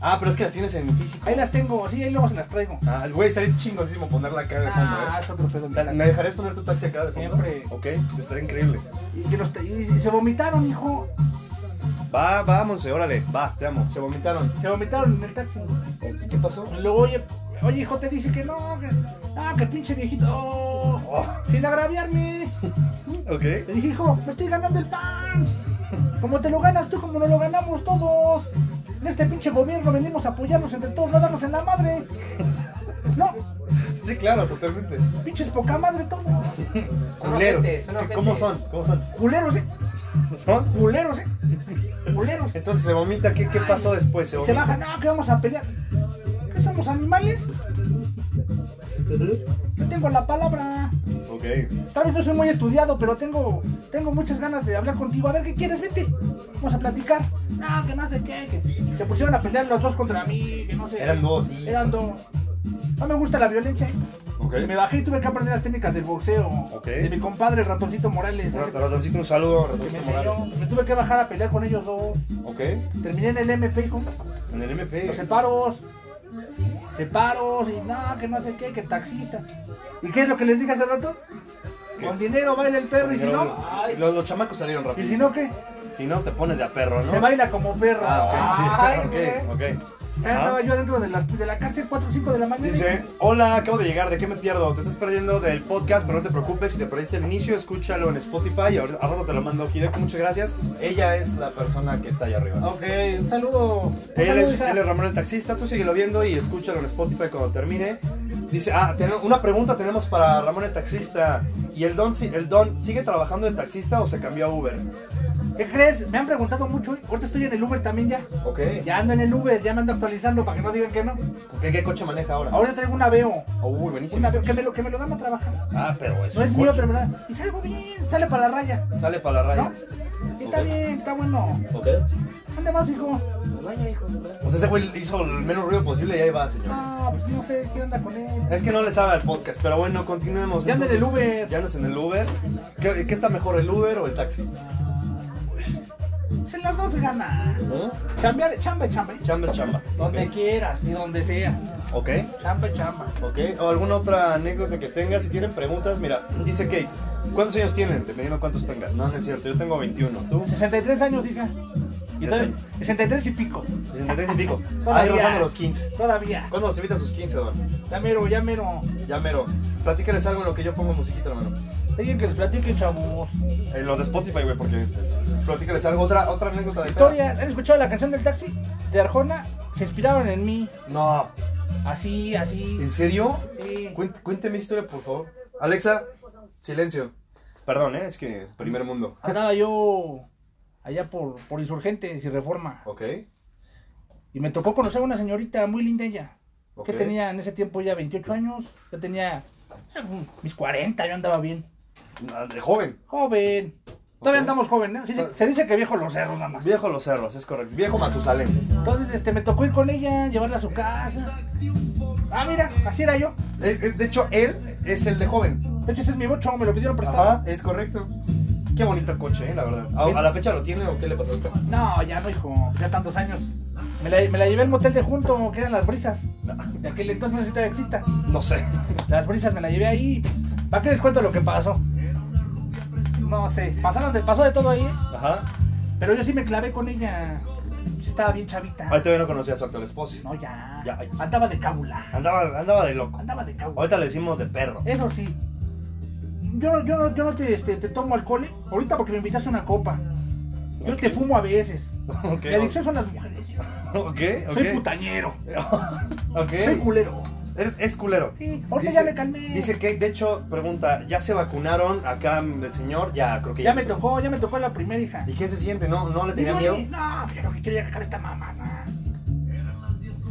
[SPEAKER 2] Ah, pero es que las tienes en físico.
[SPEAKER 1] Ahí las tengo, sí, ahí luego se las traigo.
[SPEAKER 2] Ah, güey, estaría chingosísimo ponerla acá de fondo,
[SPEAKER 1] Ah,
[SPEAKER 2] ¿eh?
[SPEAKER 1] es otro pedo. mi
[SPEAKER 2] Ta- ¿Me
[SPEAKER 1] taxi.
[SPEAKER 2] dejarías poner tu taxi acá de fondo?
[SPEAKER 1] Siempre.
[SPEAKER 2] Ok, estaría increíble.
[SPEAKER 1] Y, que los- y- y se vomitaron, hijo.
[SPEAKER 2] Va, va, Monse, órale, va, te amo. Se vomitaron.
[SPEAKER 1] Se vomitaron en el taxi.
[SPEAKER 2] ¿Y qué pasó?
[SPEAKER 1] Y luego, oye, oye, hijo, te dije que no, que, ah, que pinche viejito. oh,
[SPEAKER 2] Oh,
[SPEAKER 1] sin agraviarme.
[SPEAKER 2] ok.
[SPEAKER 1] Le dije, hijo, me estoy ganando el pan. Como te lo ganas tú, como nos lo ganamos todos. En este pinche gobierno venimos a apoyarnos entre todos, no darnos en la madre. No,
[SPEAKER 2] Sí, claro, totalmente.
[SPEAKER 1] pinches poca madre todos.
[SPEAKER 3] Son
[SPEAKER 2] Culeros.
[SPEAKER 3] ojetes, son
[SPEAKER 2] ¿Qué-
[SPEAKER 3] ojetes.
[SPEAKER 2] ¿Cómo son? ¿Cómo son?
[SPEAKER 1] Culeros, eh.
[SPEAKER 2] ¿Son?
[SPEAKER 1] Culeros, eh. Culeros.
[SPEAKER 2] Entonces se vomita, ¿qué, qué pasó después? Se
[SPEAKER 1] Se
[SPEAKER 2] vomita.
[SPEAKER 1] bajan, no, que vamos a pelear. ¿Qué somos animales? Yo tengo la palabra.
[SPEAKER 2] Ok.
[SPEAKER 1] Tal vez no soy muy estudiado, pero tengo, tengo muchas ganas de hablar contigo. A ver, ¿qué quieres? Vete. Vamos a platicar. No, que no sé qué. que Se pusieron a pelear los dos contra mí, que no sé.
[SPEAKER 2] Eran dos.
[SPEAKER 1] Eran dos. No me gusta la violencia. ¿eh?
[SPEAKER 2] Ok.
[SPEAKER 1] Me bajé y tuve que aprender las técnicas del boxeo.
[SPEAKER 2] Ok.
[SPEAKER 1] De mi compadre, Ratoncito Morales.
[SPEAKER 2] Bueno,
[SPEAKER 1] ese
[SPEAKER 2] ratoncito, un saludo.
[SPEAKER 1] que me
[SPEAKER 2] Ratoncito
[SPEAKER 1] enseñó.
[SPEAKER 2] Morales.
[SPEAKER 1] Me tuve que bajar a pelear con ellos dos.
[SPEAKER 2] Ok. En
[SPEAKER 1] Terminé en el MP, hijo.
[SPEAKER 2] el MP.
[SPEAKER 1] Los separos. Separos y no, que no sé qué, que taxista. ¿Y qué es lo que les dije hace rato? Con dinero baila el perro y si no,
[SPEAKER 4] Ay.
[SPEAKER 2] Los, los chamacos salieron
[SPEAKER 1] y
[SPEAKER 2] rápido.
[SPEAKER 1] si no, ¿qué?
[SPEAKER 2] Si no, te pones de a perro, ¿no?
[SPEAKER 1] Se baila como perro.
[SPEAKER 2] Ah, ok, Ah. sí.
[SPEAKER 3] Ay,
[SPEAKER 2] ok, ok.
[SPEAKER 1] Ya
[SPEAKER 2] Ajá.
[SPEAKER 1] andaba yo dentro de la, de la cárcel 4 o 5 de la mañana.
[SPEAKER 2] Dice, hola, acabo de llegar, ¿de qué me pierdo? Te estás perdiendo del podcast, pero no te preocupes, si te perdiste el inicio, escúchalo en Spotify, ahor- a rato te lo mando Hideko, muchas gracias. Ella es la persona que está allá arriba.
[SPEAKER 1] Ok, un saludo. Un
[SPEAKER 2] Él
[SPEAKER 1] saludo,
[SPEAKER 2] es,
[SPEAKER 1] Isa.
[SPEAKER 2] él es Ramón el taxista, tú síguelo viendo y escúchalo en Spotify cuando termine. Dice, ah, ten- una pregunta tenemos para Ramón el taxista. ¿Y el don, si- el don sigue trabajando de taxista o se cambió a Uber?
[SPEAKER 1] ¿Qué crees? Me han preguntado mucho. ¿eh? Ahorita estoy en el Uber también ya.
[SPEAKER 2] Ok.
[SPEAKER 1] Ya ando en el Uber, ya me ando actualizando para que no digan que no.
[SPEAKER 2] ¿Qué, qué coche maneja ahora? oh,
[SPEAKER 1] Ahora traigo una Veo.
[SPEAKER 2] Uy, buenísimo.
[SPEAKER 1] Una Veo que me lo, que me lo dan a trabajar.
[SPEAKER 2] Ah, pero es
[SPEAKER 1] No
[SPEAKER 2] un
[SPEAKER 1] es mío,
[SPEAKER 2] coche.
[SPEAKER 1] pero me la- Y salgo bien, sale para la raya.
[SPEAKER 2] Sale para la
[SPEAKER 1] ¿No?
[SPEAKER 2] raya.
[SPEAKER 1] Y está
[SPEAKER 2] Ok.
[SPEAKER 1] bien, está bueno.
[SPEAKER 2] Ok.
[SPEAKER 1] ¿Dónde vas, hijo?
[SPEAKER 4] Vaya, hijo de la-
[SPEAKER 2] Pues ese güey hizo el menos ruido posible y ahí va, señor.
[SPEAKER 1] Ah, pues no sé qué onda con él.
[SPEAKER 2] Es que no le sabe al podcast, pero bueno, continuemos.
[SPEAKER 1] Ya anda en el
[SPEAKER 2] Entonces,
[SPEAKER 1] Uber.
[SPEAKER 2] Ya andas en el Uber. ¿Qué, qué está mejor, el Uber o el taxi?
[SPEAKER 1] Se las dos gana.
[SPEAKER 2] ¿No?
[SPEAKER 1] Chambear, chamba, chamba.
[SPEAKER 2] Chamba, es chamba.
[SPEAKER 1] Donde quieras y donde sea.
[SPEAKER 2] Ok.
[SPEAKER 1] Chamba, chamba.
[SPEAKER 2] Ok. ¿O alguna otra anécdota que tengas? Si tienen preguntas, mira, dice Kate. ¿Cuántos años tienen? Dependiendo cuántos tengas. No, no es cierto. Yo tengo 21. ¿Tú?
[SPEAKER 1] 63 años, hija. Y todavía- 63 y pico.
[SPEAKER 2] 63 y pico. Ahí
[SPEAKER 1] Todavía.
[SPEAKER 2] rozando los 15.
[SPEAKER 1] Todavía.
[SPEAKER 2] ¿Cuándo nos invitan sus 15, don?
[SPEAKER 1] Ya mero, ya mero.
[SPEAKER 2] Ya mero. Platícales algo en lo que yo pongo musiquita, hermano.
[SPEAKER 1] Alguien que les platique, chavos.
[SPEAKER 2] En los de Spotify, güey, porque... Platícales algo. Otra, otra anécdota de
[SPEAKER 1] Historia. ¿Han escuchado la canción del taxi? De Arjona. Se inspiraron en mí.
[SPEAKER 2] No.
[SPEAKER 1] Así, así.
[SPEAKER 2] ¿En serio?
[SPEAKER 1] Sí.
[SPEAKER 2] Cuénteme mi historia, por favor. Alexa, silencio. Perdón, ¿eh? es que primer mundo.
[SPEAKER 1] Andaba yo allá por, por insurgentes y reforma.
[SPEAKER 2] Ok,
[SPEAKER 1] Y me tocó conocer a una señorita muy linda ella.
[SPEAKER 2] ok.
[SPEAKER 1] Que tenía en ese tiempo ya 28 años. Yo tenía eh, mis 40, yo andaba bien.
[SPEAKER 2] Ah, De joven.
[SPEAKER 1] Joven. Todavía
[SPEAKER 2] Ok. Pues-
[SPEAKER 1] andamos joven, ¿no? Sí, se, se dice que viejo los cerros nada más.
[SPEAKER 2] Viejo Los Cerros, es correcto. Viejo Matusalén.
[SPEAKER 1] Entonces, este, me tocó ir con ella, llevarla a su casa. Ah, mira, así era yo.
[SPEAKER 2] Es- es- de hecho, él es el de joven.
[SPEAKER 1] De hecho, ese es mi bocho, me lo pidieron prestado.
[SPEAKER 2] Ajá, es correcto. Qué bonito coche, ¿eh? la verdad. ¿A, a la fecha lo tiene o qué le pasó?
[SPEAKER 1] No, ya no, hijo, ya tantos años. Me la, me la llevé al motel de junto, que eran las brisas. De aquel entonces no sé si todavía exista.
[SPEAKER 2] No sé.
[SPEAKER 1] Las brisas me la llevé ahí. pues, ¿Para qué les cuento lo que pasó? No sé, pasaron de, pasó de todo ahí, ¿eh?
[SPEAKER 2] Ajá.
[SPEAKER 1] Pero yo sí me clavé con ella. Sí estaba bien chavita.
[SPEAKER 2] Ahí todavía no conocía a su actual esposo.
[SPEAKER 1] No, ya.
[SPEAKER 2] Ya, ay.
[SPEAKER 1] Andaba de cábula.
[SPEAKER 2] Andaba, andaba de loco.
[SPEAKER 1] Andaba de cábula.
[SPEAKER 2] Ahorita le decimos de perro.
[SPEAKER 1] Eso sí. Yo no, yo no, yo no te, este, te tomo alcohol, ¿eh? Ahorita porque me invitaste una copa. Yo te fumo a veces.
[SPEAKER 2] (laughs) Ok,
[SPEAKER 1] Mi adicción son las mujeres. ¿eh?
[SPEAKER 2] ok, ok.
[SPEAKER 1] Soy putañero.
[SPEAKER 2] Ok.
[SPEAKER 1] Soy culero.
[SPEAKER 2] Eres, es culero.
[SPEAKER 1] Sí, ahorita
[SPEAKER 2] Dice-
[SPEAKER 1] ya me calmé.
[SPEAKER 2] Dice que, de hecho, pregunta, ¿ya se vacunaron acá el señor? Ya, creo que ya.
[SPEAKER 1] ya me tocó, ya me tocó la primera hija.
[SPEAKER 2] ¿Y qué se siente? ¿No, no le
[SPEAKER 1] Y
[SPEAKER 2] tenía
[SPEAKER 1] yo
[SPEAKER 2] miedo?
[SPEAKER 1] ni- no, pero que quería acabar esta mamada.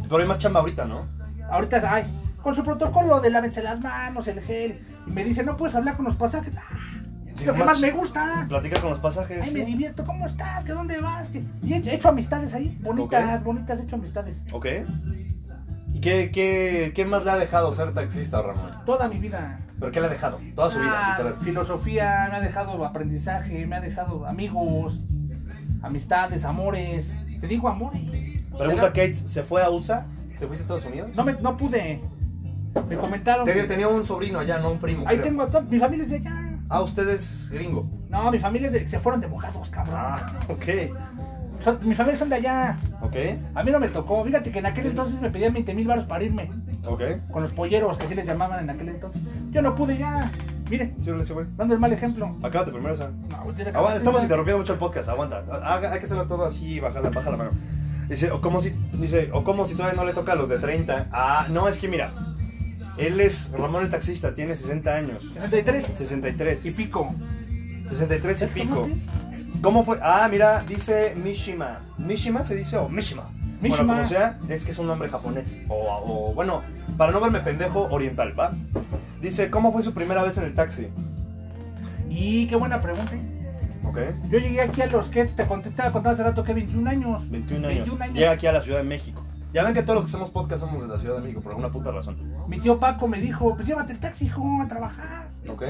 [SPEAKER 2] Pero hay más chamba ahorita, ¿no?
[SPEAKER 1] Ahorita, ay, con su protocolo de lávense las manos, el gel. Y me dice, no puedes hablar con los pasajes. Ah,
[SPEAKER 2] Sí,
[SPEAKER 1] lo que
[SPEAKER 2] nomás-
[SPEAKER 1] más me gusta.
[SPEAKER 2] Platica con los pasajes.
[SPEAKER 1] Ay, me
[SPEAKER 2] Pues ¿sí?
[SPEAKER 1] divierto, ¿cómo estás? ¿Qué dónde vas? ¿Qué? Y he hecho amistades ahí, bonitas, bonitas, he hecho amistades.
[SPEAKER 2] Ok. ¿Y qué, qué, qué más le ha dejado ser taxista, Ramón?
[SPEAKER 1] Toda mi vida.
[SPEAKER 2] ¿Pero qué le ha dejado? Toda su vida,
[SPEAKER 1] Ah,
[SPEAKER 2] literal.
[SPEAKER 1] Filosofía, me ha dejado aprendizaje, me ha dejado amigos, amistades, amores. Te digo amores.
[SPEAKER 2] Pregunta Kate, ¿se fue a USA? ¿Te fuiste a Estados Unidos?
[SPEAKER 1] No, me, no pude. Me comentaron.
[SPEAKER 2] Tenía,
[SPEAKER 1] que-
[SPEAKER 2] tenía un sobrino allá, no un primo.
[SPEAKER 1] Ahí
[SPEAKER 2] creo.
[SPEAKER 1] tengo a todos. Mi familia es de allá.
[SPEAKER 2] Ah, usted es gringo.
[SPEAKER 1] No, mi familia es de- se fueron de mojados, cabrón.
[SPEAKER 2] Ah, (laughs) ok.
[SPEAKER 1] Son- mis familias son de allá.
[SPEAKER 2] Ok.
[SPEAKER 1] A mí no me tocó. Fíjate que en aquel entonces me pedían 20 mil baros para irme.
[SPEAKER 2] Ok.
[SPEAKER 1] Con los polleros, que así les llamaban en aquel entonces. Yo no pude ya. Miren,
[SPEAKER 2] Sí, ese güey.
[SPEAKER 1] dando el mal ejemplo.
[SPEAKER 2] Acábate primero, Sam.
[SPEAKER 1] No, ya te
[SPEAKER 2] Aguanta,
[SPEAKER 1] acabaste,
[SPEAKER 2] estamos
[SPEAKER 1] ya.
[SPEAKER 2] interrumpiendo mucho el podcast, aguanta. Haga- hay que hacerlo todo así, baja la, baja la mano. Dice, o como si, dice, o como si todavía no le toca a los de 30. Ah, no, es que mira, él es Ramón el taxista, tiene 60 años.
[SPEAKER 1] 63
[SPEAKER 2] 63.
[SPEAKER 1] y pico.
[SPEAKER 2] 63 y
[SPEAKER 1] ¿Sabes cómo
[SPEAKER 2] pico.
[SPEAKER 1] es?
[SPEAKER 2] ¿Cómo fue? Ah, mira, dice Mishima. ¿Mishima se dice o Mishima? Bueno,
[SPEAKER 1] Mishima.
[SPEAKER 2] como sea, es que es un nombre japonés. O, o, bueno, para no verme pendejo, oriental, ¿va? Dice, ¿cómo fue su primera vez en el taxi?
[SPEAKER 1] Y qué buena pregunta. ¿eh?
[SPEAKER 2] Ok.
[SPEAKER 1] Yo llegué aquí a los que te contestaba contando hace rato que 21 años.
[SPEAKER 2] 21 años.
[SPEAKER 1] 21 años.
[SPEAKER 2] Llega aquí a la Ciudad de México. Ya ven que todos los que hacemos podcast somos de la Ciudad de México, por alguna puta razón.
[SPEAKER 1] Mi tío Paco me dijo, pues llévate el taxi, hijo, a trabajar.
[SPEAKER 2] ¿Ok?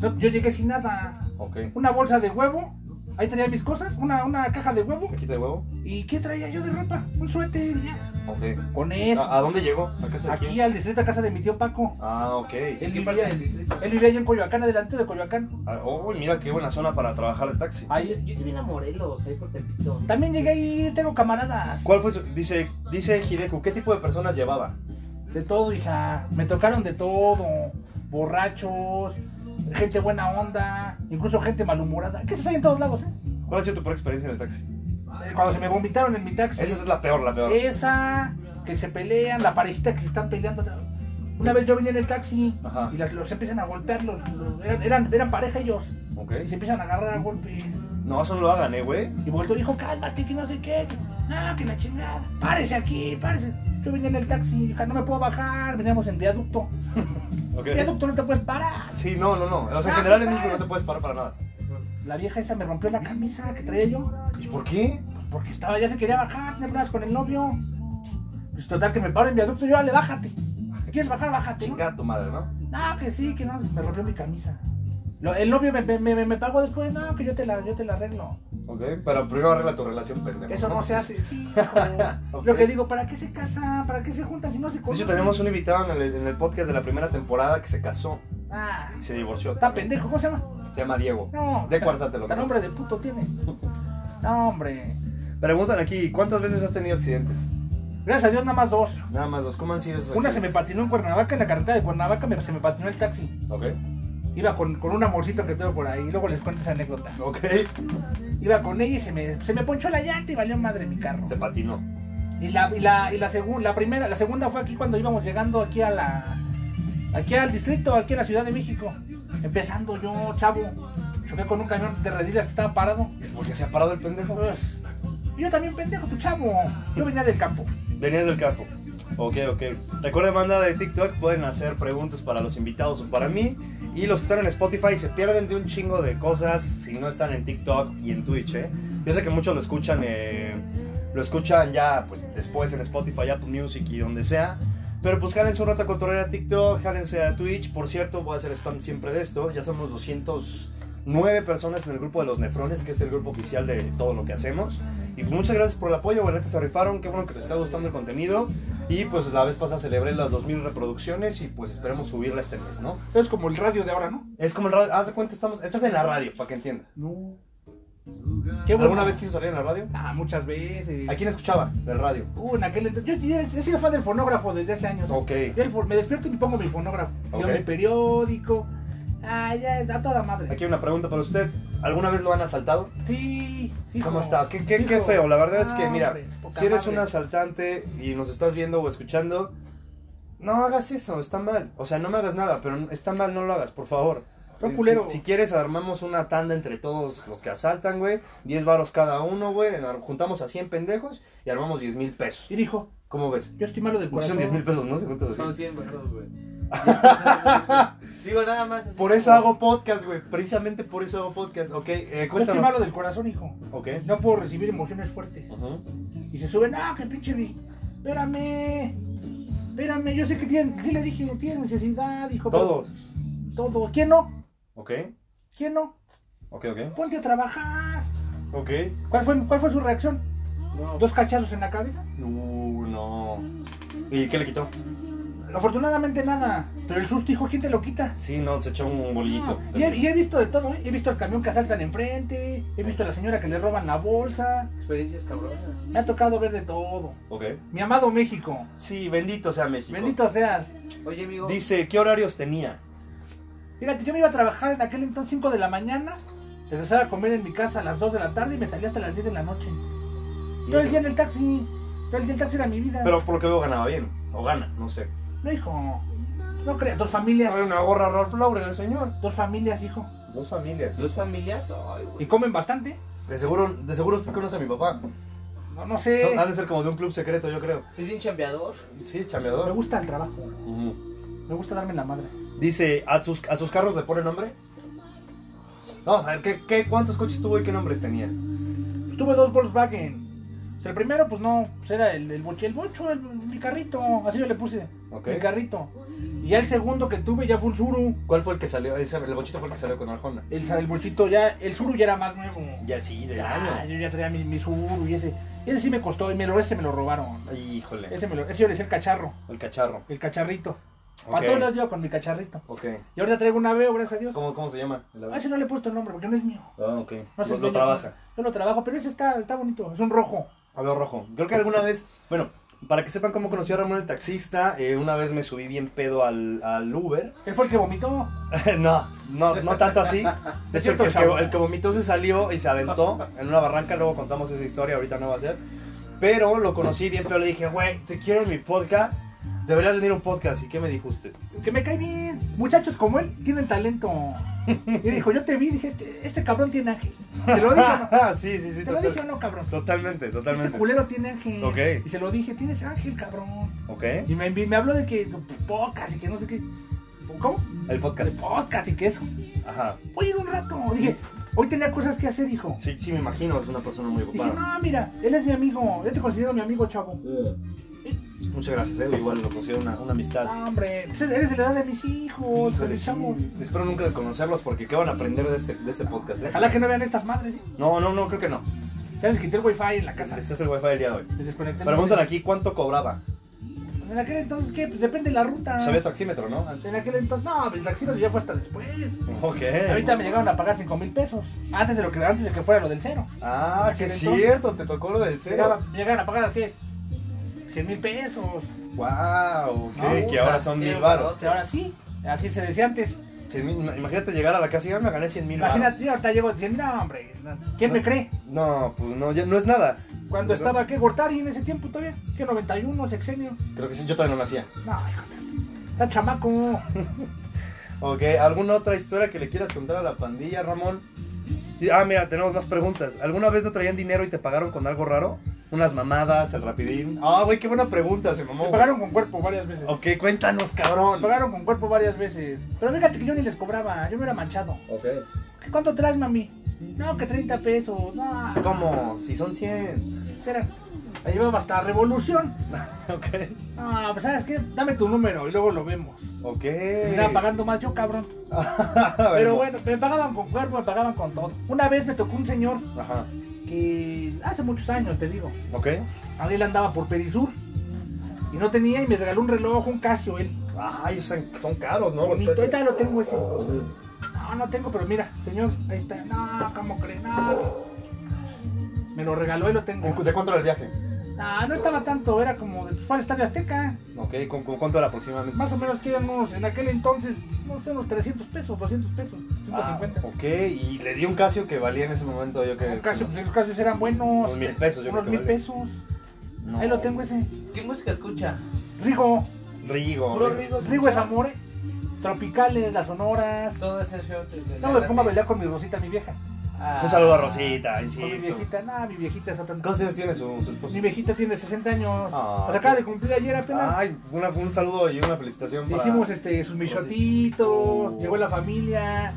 [SPEAKER 1] No, yo llegué sin nada.
[SPEAKER 2] Ok.
[SPEAKER 1] Una bolsa de huevo, Ahí traía mis cosas, una, una caja de huevo.
[SPEAKER 2] ¿Cajita de huevo?
[SPEAKER 1] ¿Y qué traía yo de ropa? Un suéter y ya.
[SPEAKER 2] Ok.
[SPEAKER 1] Con eso.
[SPEAKER 2] ¿A, a dónde llegó? ¿A casa Ah, de
[SPEAKER 1] Aquí
[SPEAKER 2] quién?
[SPEAKER 1] al distrito a casa de mi tío Paco.
[SPEAKER 2] Ah, ok.
[SPEAKER 1] Él
[SPEAKER 3] ¿En qué
[SPEAKER 1] vivía,
[SPEAKER 3] parte del distrito?
[SPEAKER 1] él vivía allá en Coyoacán, adelante de Coyoacán.
[SPEAKER 2] Ah, Uy, mira qué buena zona para trabajar de taxi.
[SPEAKER 1] Ahí-
[SPEAKER 4] Yo te vine a Morelos, ahí por Tepito.
[SPEAKER 1] También llegué ahí, tengo camaradas.
[SPEAKER 2] ¿Cuál fue su...? Dice, dice Hideku, ¿qué tipo de personas llevaba?
[SPEAKER 1] De todo, hija. Me tocaron de todo. Borrachos, gente buena onda, incluso gente malhumorada. Que se hay en todos lados, ¿eh?
[SPEAKER 2] ¿Cuál ha sido tu peor experiencia en el taxi?
[SPEAKER 1] Eh, Cuando se me vomitaron en mi taxi.
[SPEAKER 2] Esa es la peor, la
[SPEAKER 1] Eh.
[SPEAKER 2] peor.
[SPEAKER 1] Esa, que se pelean, la parejita que se están peleando. Una vez yo venía en el taxi
[SPEAKER 2] Ajá.
[SPEAKER 1] y las- los empiezan a golpear. Los, los- eran, eran, eran pareja ellos.
[SPEAKER 2] Ok.
[SPEAKER 1] Y se empiezan a agarrar a golpes.
[SPEAKER 2] No, eso no lo hagan, eh, güey.
[SPEAKER 1] Y volvió y dijo, cálmate, que no sé qué. que- No, que la chingada. Párese aquí, párese. Yo venía en el taxi, hija, no me puedo bajar. Veníamos en viaducto.
[SPEAKER 2] Ok.
[SPEAKER 1] Viaducto no te puedes parar.
[SPEAKER 2] Sí, no, no, no. O sea,
[SPEAKER 1] Ah,
[SPEAKER 2] en general
[SPEAKER 1] sí,
[SPEAKER 2] en México
[SPEAKER 1] pues.
[SPEAKER 2] no te puedes parar para nada.
[SPEAKER 1] La vieja esa me rompió la camisa que traía yo.
[SPEAKER 2] ¿Y por qué?
[SPEAKER 1] pues, porque estaba, ya se quería bajar, neblas con el novio. Pues total que me paro en viaducto y yo, dale, bájate. Si quieres bajar, bájate. ¿no?
[SPEAKER 2] Chinga tu madre, ¿no?
[SPEAKER 1] No, que sí, que no, me rompió mi camisa. Lo- el novio me, me, me, me pagó después, no, que yo te la, yo te la arreglo.
[SPEAKER 2] Ok, pero primero arregla tu relación, pendejo.
[SPEAKER 1] Eso no se hace, sí, hijo.
[SPEAKER 2] (laughs) Ok.
[SPEAKER 1] Lo que digo, ¿para qué se casan? ¿Para qué se juntan si no se
[SPEAKER 2] De hecho,
[SPEAKER 1] conocen?
[SPEAKER 2] tenemos un invitado en el, en el podcast de la primera temporada que se casó
[SPEAKER 1] Ah,
[SPEAKER 2] y se divorció.
[SPEAKER 1] está pendejo, ¿cómo se llama?
[SPEAKER 2] Se llama Diego.
[SPEAKER 1] No.
[SPEAKER 2] De cuarzátelo.
[SPEAKER 1] Tan hombre de puto tiene. No, hombre.
[SPEAKER 2] Preguntan aquí, ¿cuántas veces has tenido accidentes?
[SPEAKER 1] Gracias a Dios, nada más dos.
[SPEAKER 2] Nada más dos. ¿Cómo han sido esos
[SPEAKER 1] Una se me
[SPEAKER 2] accidentes?
[SPEAKER 1] patinó en Cuernavaca, en la carretera de Cuernavaca me- se me patinó el taxi. Iba con, con un amorcito que tengo por ahí, luego les cuento esa anécdota.
[SPEAKER 2] Ok. Ok.
[SPEAKER 1] Iba con ella y se me, se me ponchó la llanta y valió madre mi carro.
[SPEAKER 2] Se patinó.
[SPEAKER 1] Y la, y la, y la, segun- la primera, la segunda fue aquí cuando íbamos llegando aquí a la aquí al distrito, aquí a la Ciudad de México. Empezando yo, chavo, choqué con un camión de redilas que estaba parado.
[SPEAKER 2] Porque se ha parado el pendejo.
[SPEAKER 1] Pues, y yo también pendejo, tu chavo. Yo venía del campo.
[SPEAKER 2] Venías del campo. Ok, ok. Recuerden, banda de TikTok, pueden hacer preguntas para los invitados o para mí. Y los que están en Spotify se pierden de un chingo de cosas si no están en TikTok y en Twitch, ¿eh? Yo sé que muchos lo escuchan, eh, lo escuchan ya pues, después en Spotify, Apple Music y donde sea. Pero pues jálense un rato a cotorrear a TikTok, jálense a Twitch. Por cierto, voy a hacer spam siempre de esto. Ya somos 209 personas en el grupo de los Nefrones, que es el grupo oficial de todo lo que hacemos. Y pues muchas gracias por el apoyo, bueno, neta se rifaron, qué bueno que les está gustando el contenido. Y pues la vez pasada celebré las 2000 reproducciones y pues esperemos subirla este mes, ¿no?
[SPEAKER 1] Es como el radio de ahora, ¿no?
[SPEAKER 2] Es como el radio, haz de cuenta, estamos, estás en la radio, para que entienda.
[SPEAKER 1] No. Qué bueno.
[SPEAKER 2] ¿Alguna vez quiso salir en la radio?
[SPEAKER 1] Ah, muchas veces.
[SPEAKER 2] ¿A quién escuchaba? Del radio.
[SPEAKER 1] Uh, en aquel entonces. Yo, yo he sido fan del fonógrafo desde hace años.
[SPEAKER 2] Ok.
[SPEAKER 1] Yo el fo- me despierto y pongo mi fonógrafo. Yo
[SPEAKER 2] Ok.
[SPEAKER 1] mi periódico. Ah, ya está toda madre.
[SPEAKER 2] Aquí hay una pregunta para usted. ¿Alguna vez lo han asaltado?
[SPEAKER 1] Sí, sí. "Ah,
[SPEAKER 2] ¿Cómo está? Qué, qué- qué feo, la verdad es que, mira, si eres un
[SPEAKER 1] una
[SPEAKER 2] asaltante y nos estás viendo o escuchando, no hagas eso, está mal. O sea, no me hagas nada, pero está mal, no lo hagas, por favor.
[SPEAKER 1] Son
[SPEAKER 2] Si-
[SPEAKER 1] culero.
[SPEAKER 2] Si, quieres, armamos una tanda entre todos los que asaltan, güey. 10 varos cada uno, güey. ar- Juntamos a 100 pendejos y armamos 10 mil pesos.
[SPEAKER 1] Y dijo,
[SPEAKER 2] ¿Cómo ves?
[SPEAKER 1] yo estoy malo del
[SPEAKER 2] Pues
[SPEAKER 1] corazón.
[SPEAKER 2] son 10 mil pesos, ¿no? Se juntas así.
[SPEAKER 3] Son 100 barros,
[SPEAKER 2] (laughs)
[SPEAKER 3] güey. Digo, nada más. así
[SPEAKER 2] Por eso
[SPEAKER 3] como-
[SPEAKER 2] hago podcast, güey. Precisamente por eso hago podcast. Ok, eh,
[SPEAKER 1] Yo estoy
[SPEAKER 2] cuéntanos.
[SPEAKER 1] malo del corazón, hijo.
[SPEAKER 2] Ok.
[SPEAKER 1] No puedo recibir emociones fuertes.
[SPEAKER 2] Ujú.
[SPEAKER 1] Y se suben, ah, que pinche vi. Espérame. Espérame, yo sé que tienen, sí le dije, tienes necesidad, hijo. pero-
[SPEAKER 2] Todos.
[SPEAKER 1] Todo. ¿Quién no?
[SPEAKER 2] Ok,
[SPEAKER 1] ¿Quién no?
[SPEAKER 2] ok, ok.
[SPEAKER 1] Ponte a trabajar.
[SPEAKER 2] Ok.
[SPEAKER 1] ¿Cuál fue, cuál fue su reacción?
[SPEAKER 3] No,
[SPEAKER 1] ¿Dos cachazos en la cabeza?
[SPEAKER 2] Uh, no. ¿Y qué le quitó?
[SPEAKER 1] Afortunadamente nada. Pero el susto, hijo, ¿quién te lo quita?
[SPEAKER 2] Sí, no, se echó un bolillito.
[SPEAKER 1] No, y, Ah, he, y he visto de todo, ¿eh? He visto el camión que asaltan enfrente, he visto a la señora que le roban la bolsa,
[SPEAKER 3] experiencias cabronas.
[SPEAKER 1] me ha tocado ver de todo.
[SPEAKER 2] Ok.
[SPEAKER 1] Mi amado México,
[SPEAKER 2] Sí, bendito sea México.
[SPEAKER 1] bendito seas.
[SPEAKER 3] Oye, amigo.
[SPEAKER 2] Dice, ¿qué horarios tenía?
[SPEAKER 1] Fíjate, yo me iba a trabajar en aquel entonces 5 de la mañana, regresaba a comer en mi casa a las 2 de la tarde y me salía hasta las 10 de la noche. Todo el día en el taxi, todo el día el taxi era mi vida.
[SPEAKER 2] Pero por lo que veo ganaba bien. O gana, no sé.
[SPEAKER 1] No, hijo, no creas, dos familias,
[SPEAKER 2] Trae una gorra Ralph Lauren el señor.
[SPEAKER 1] dos familias, hijo.
[SPEAKER 2] Dos familias.
[SPEAKER 3] ¿Dos familias? Ay,
[SPEAKER 1] Y
[SPEAKER 3] güey.
[SPEAKER 1] comen bastante,
[SPEAKER 2] De seguro, de seguro usted conoce a mi papá.
[SPEAKER 1] no, no sé,
[SPEAKER 2] Son- han de ser como de un club secreto, yo creo.
[SPEAKER 3] Es bien chambeador.
[SPEAKER 2] Sí,
[SPEAKER 1] me
[SPEAKER 2] chambeador.
[SPEAKER 1] gusta el trabajo,
[SPEAKER 2] Ujú.
[SPEAKER 1] me gusta darme la madre.
[SPEAKER 2] Dice, ¿a sus, ¿a sus carros le pone nombre? Vamos a ver, ¿qué, qué, ¿cuántos coches tuvo y qué nombres tenían?
[SPEAKER 1] Pues Tuve dos Volkswagen. O sea, el primero, pues no, pues era el, el boche, el bocho, el- mi carrito, así yo le puse.
[SPEAKER 2] Ok.
[SPEAKER 1] el carrito. Y ya el segundo que tuve ya fue un Zuru.
[SPEAKER 2] ¿Cuál fue el que salió? Ese- el bochito fue el que salió con Arjona.
[SPEAKER 1] El, el bolsito ya, el Zuru ya era más nuevo.
[SPEAKER 2] Ya sí, del
[SPEAKER 1] Ah,
[SPEAKER 2] año.
[SPEAKER 1] yo ya traía mi, mi Zuru y ese. Ese sí me costó y me lo, ese me lo robaron.
[SPEAKER 2] Híjole.
[SPEAKER 1] Ese, me lo, ese yo le decía el cacharro,
[SPEAKER 2] El cacharro.
[SPEAKER 1] el cacharrito.
[SPEAKER 2] Ok.
[SPEAKER 1] Para todos lados yo iba con mi cacharrito.
[SPEAKER 2] Ok.
[SPEAKER 1] Y ahora traigo una veo, gracias a Dios.
[SPEAKER 2] ¿Cómo, cómo se llama? El
[SPEAKER 1] Ah,
[SPEAKER 2] avión.
[SPEAKER 1] ese no le he puesto el nombre porque no es mío.
[SPEAKER 2] Ah, ok.
[SPEAKER 1] No sé
[SPEAKER 2] Lo-
[SPEAKER 1] si
[SPEAKER 2] lo
[SPEAKER 1] yo-
[SPEAKER 2] trabaja.
[SPEAKER 1] Yo lo trabajo, pero ese está, está bonito. Es un rojo.
[SPEAKER 2] Hablo rojo. Creo que alguna vez, bueno, para que sepan cómo conocí a Ramón el taxista, eh, una vez me subí bien pedo al, al Uber. (laughs)
[SPEAKER 1] Él fue el que vomitó.
[SPEAKER 2] no, no, no tanto así. De hecho, el que, el que- el que vomitó se salió y se aventó en una barranca. Luego contamos esa historia, ahorita no va a ser. Pero lo conocí bien pedo. Le dije, güey, te quiero en mi podcast. Deberías venir a un podcast. ¿Y qué me dijo usted?
[SPEAKER 1] Que me cae bien. Muchachos como él tienen talento. Y dijo, yo te vi, dije, este, este cabrón tiene ángel. Te
[SPEAKER 2] (laughs)
[SPEAKER 1] lo dije o no.
[SPEAKER 2] Ah, sí, sí, sí.
[SPEAKER 1] Te lo
[SPEAKER 2] total-
[SPEAKER 1] dije o no, cabrón.
[SPEAKER 2] Totalmente,
[SPEAKER 1] Este
[SPEAKER 2] totalmente.
[SPEAKER 1] culero tiene ángel.
[SPEAKER 2] Ok.
[SPEAKER 1] Y se lo dije, tienes ángel, cabrón.
[SPEAKER 2] Ok,
[SPEAKER 1] Y me, me habló de que pocas y que no sé qué. ¿Cómo?
[SPEAKER 2] el
[SPEAKER 1] De
[SPEAKER 2] podcast.
[SPEAKER 1] podcast y que eso.
[SPEAKER 2] Ajá.
[SPEAKER 1] Voy a ir un rato. Dije, hoy tenía cosas que hacer, hijo.
[SPEAKER 2] Sí, sí, me imagino, es una persona muy
[SPEAKER 1] Dije,
[SPEAKER 2] ocupada.
[SPEAKER 1] no, mira, él es mi amigo. Yo te considero mi amigo, chavo.
[SPEAKER 2] Eh. Muchas gracias, eh, igual lo considero una, una amistad.
[SPEAKER 1] No, hombre, pues eres de la edad de mis hijos.
[SPEAKER 2] Híjole,
[SPEAKER 1] te
[SPEAKER 2] sí.
[SPEAKER 1] chavo.
[SPEAKER 2] Espero nunca de conocerlos porque qué van a aprender de este, de este podcast. eh?
[SPEAKER 1] Ojalá que no vean estas madres. ¿eh?
[SPEAKER 2] No, no, no, creo que no.
[SPEAKER 1] Ya les quité el wifi en la casa.
[SPEAKER 2] Este es el wifi del día de hoy.
[SPEAKER 1] Les desconecté el
[SPEAKER 2] Preguntan
[SPEAKER 1] wifi.
[SPEAKER 2] aquí cuánto cobraba.
[SPEAKER 1] Pues en aquel entonces, ¿qué? Pues depende de la ruta.
[SPEAKER 2] Sabía taxímetro, ¿no? Antes.
[SPEAKER 1] En aquel entonces, no, el taxímetro ya fue hasta después.
[SPEAKER 2] Ok.
[SPEAKER 1] Ahorita me llegaron a pagar 5 mil pesos. Antes de, lo que, antes de que fuera lo del cero.
[SPEAKER 2] Ah, sí, es
[SPEAKER 1] Entonces-
[SPEAKER 2] cierto, te tocó lo del cero.
[SPEAKER 1] Llegaban- me llegaron a pagar a qué? 100 mil pesos.
[SPEAKER 2] Wow, ok,
[SPEAKER 1] No,
[SPEAKER 2] que ahora son
[SPEAKER 4] sí,
[SPEAKER 2] mil
[SPEAKER 4] bro.
[SPEAKER 2] baros.
[SPEAKER 1] Que ahora sí, así se decía antes.
[SPEAKER 2] Cien mil- Imagínate llegar a la casa y ya me gané cien mil baros.
[SPEAKER 1] Imagínate, ahorita llego a 100 mil, no, hombre. ¿Quién me cree?
[SPEAKER 2] No, pues no, ya no es nada.
[SPEAKER 1] Cuando
[SPEAKER 2] Sí,
[SPEAKER 1] estaba, ¿qué? Gortari en ese tiempo todavía. ¿Qué? 91, sexenio.
[SPEAKER 2] Creo que sí, yo todavía no nacía.
[SPEAKER 1] No, hijo, está- está chamaco.
[SPEAKER 2] Ok, ¿alguna otra historia que le quieras contar a la pandilla, Ramón? Y- Ah, mira, tenemos más preguntas. ¿Alguna vez no traían dinero y te pagaron con algo raro? Unas mamadas, el rapidín. Ah, güey, qué buena pregunta, se mamó.
[SPEAKER 1] Me
[SPEAKER 2] güey.
[SPEAKER 1] pagaron con cuerpo varias veces.
[SPEAKER 2] Ok, cuéntanos,
[SPEAKER 1] Me
[SPEAKER 2] cabrón.
[SPEAKER 1] pagaron con cuerpo varias veces. Pero fíjate que yo ni les cobraba, yo me era manchado.
[SPEAKER 2] Ok.
[SPEAKER 1] ¿Qué, ¿Cuánto traes, mami? No, que 30 pesos. No,
[SPEAKER 2] ¿Cómo? Si son 100.
[SPEAKER 1] Era, la llevaba hasta Revolución.
[SPEAKER 2] Ok.
[SPEAKER 1] Ah, pues sabes qué, dame tu número y luego lo vemos.
[SPEAKER 2] Ok.
[SPEAKER 1] Me estaba
[SPEAKER 2] (laughs)
[SPEAKER 1] pagando más yo, cabrón. Pero
[SPEAKER 2] Pero
[SPEAKER 1] bueno, me pagaban con cuerpo, me pagaban con todo. Una vez me tocó un señor
[SPEAKER 2] Ajá.
[SPEAKER 1] que hace muchos años, te digo.
[SPEAKER 2] Ok.
[SPEAKER 1] A él andaba por Perisur. Y no tenía y me regaló un reloj, un Casio él.
[SPEAKER 2] Ay, son, son caros, ¿no?
[SPEAKER 1] Bonito,
[SPEAKER 2] Los
[SPEAKER 1] ahorita
[SPEAKER 2] precios.
[SPEAKER 1] lo tengo ese. No, no tengo, pero mira, señor, ahí está. No, ¿cómo cree? No. Me lo regaló y lo tengo.
[SPEAKER 2] ¿Con- ¿De cuánto era el viaje?
[SPEAKER 1] Ah, No, no estaba tanto, era como de, pues, fue al Estadio Azteca.
[SPEAKER 2] Ok, ¿con, con cuánto era aproximadamente?
[SPEAKER 1] Más o menos que eran unos, en aquel entonces, no sé, unos 300 pesos, 200 pesos, 150.
[SPEAKER 2] Ah, ok, y le di un Casio que valía en ese momento, yo que...
[SPEAKER 1] Un Casio, pues, los Casios eran buenos.
[SPEAKER 2] Ah, Unos mil pesos, yo
[SPEAKER 1] Unos
[SPEAKER 2] creo que
[SPEAKER 1] mil
[SPEAKER 2] vale.
[SPEAKER 1] pesos.
[SPEAKER 2] No.
[SPEAKER 1] Ahí lo tengo ese.
[SPEAKER 4] ¿Qué música escucha?
[SPEAKER 1] Rigo,
[SPEAKER 2] Rigo. eh.
[SPEAKER 4] Puro
[SPEAKER 2] Rigo.
[SPEAKER 4] Rigo.
[SPEAKER 1] Rigo es
[SPEAKER 4] escucha.
[SPEAKER 1] amor. eh. Tropicales, las sonoras.
[SPEAKER 4] Todo ese show. de- de-
[SPEAKER 1] No me pongo a bailar con mi Rosita, mi vieja.
[SPEAKER 4] Ah.
[SPEAKER 2] Un saludo a Rosita,
[SPEAKER 1] Con mi
[SPEAKER 2] insisto.
[SPEAKER 1] viejita, nada, mi viejita es otra.
[SPEAKER 2] ¿Cuántos años tiene su, su
[SPEAKER 1] Pues
[SPEAKER 2] esposo?
[SPEAKER 1] Mi viejita tiene 60 años.
[SPEAKER 2] Ah,
[SPEAKER 1] o sea, acaba de cumplir ayer apenas.
[SPEAKER 2] Ay, una- un saludo y una felicitación para...
[SPEAKER 1] Hicimos este, sus michotitos,
[SPEAKER 2] Oh.
[SPEAKER 1] llegó la familia.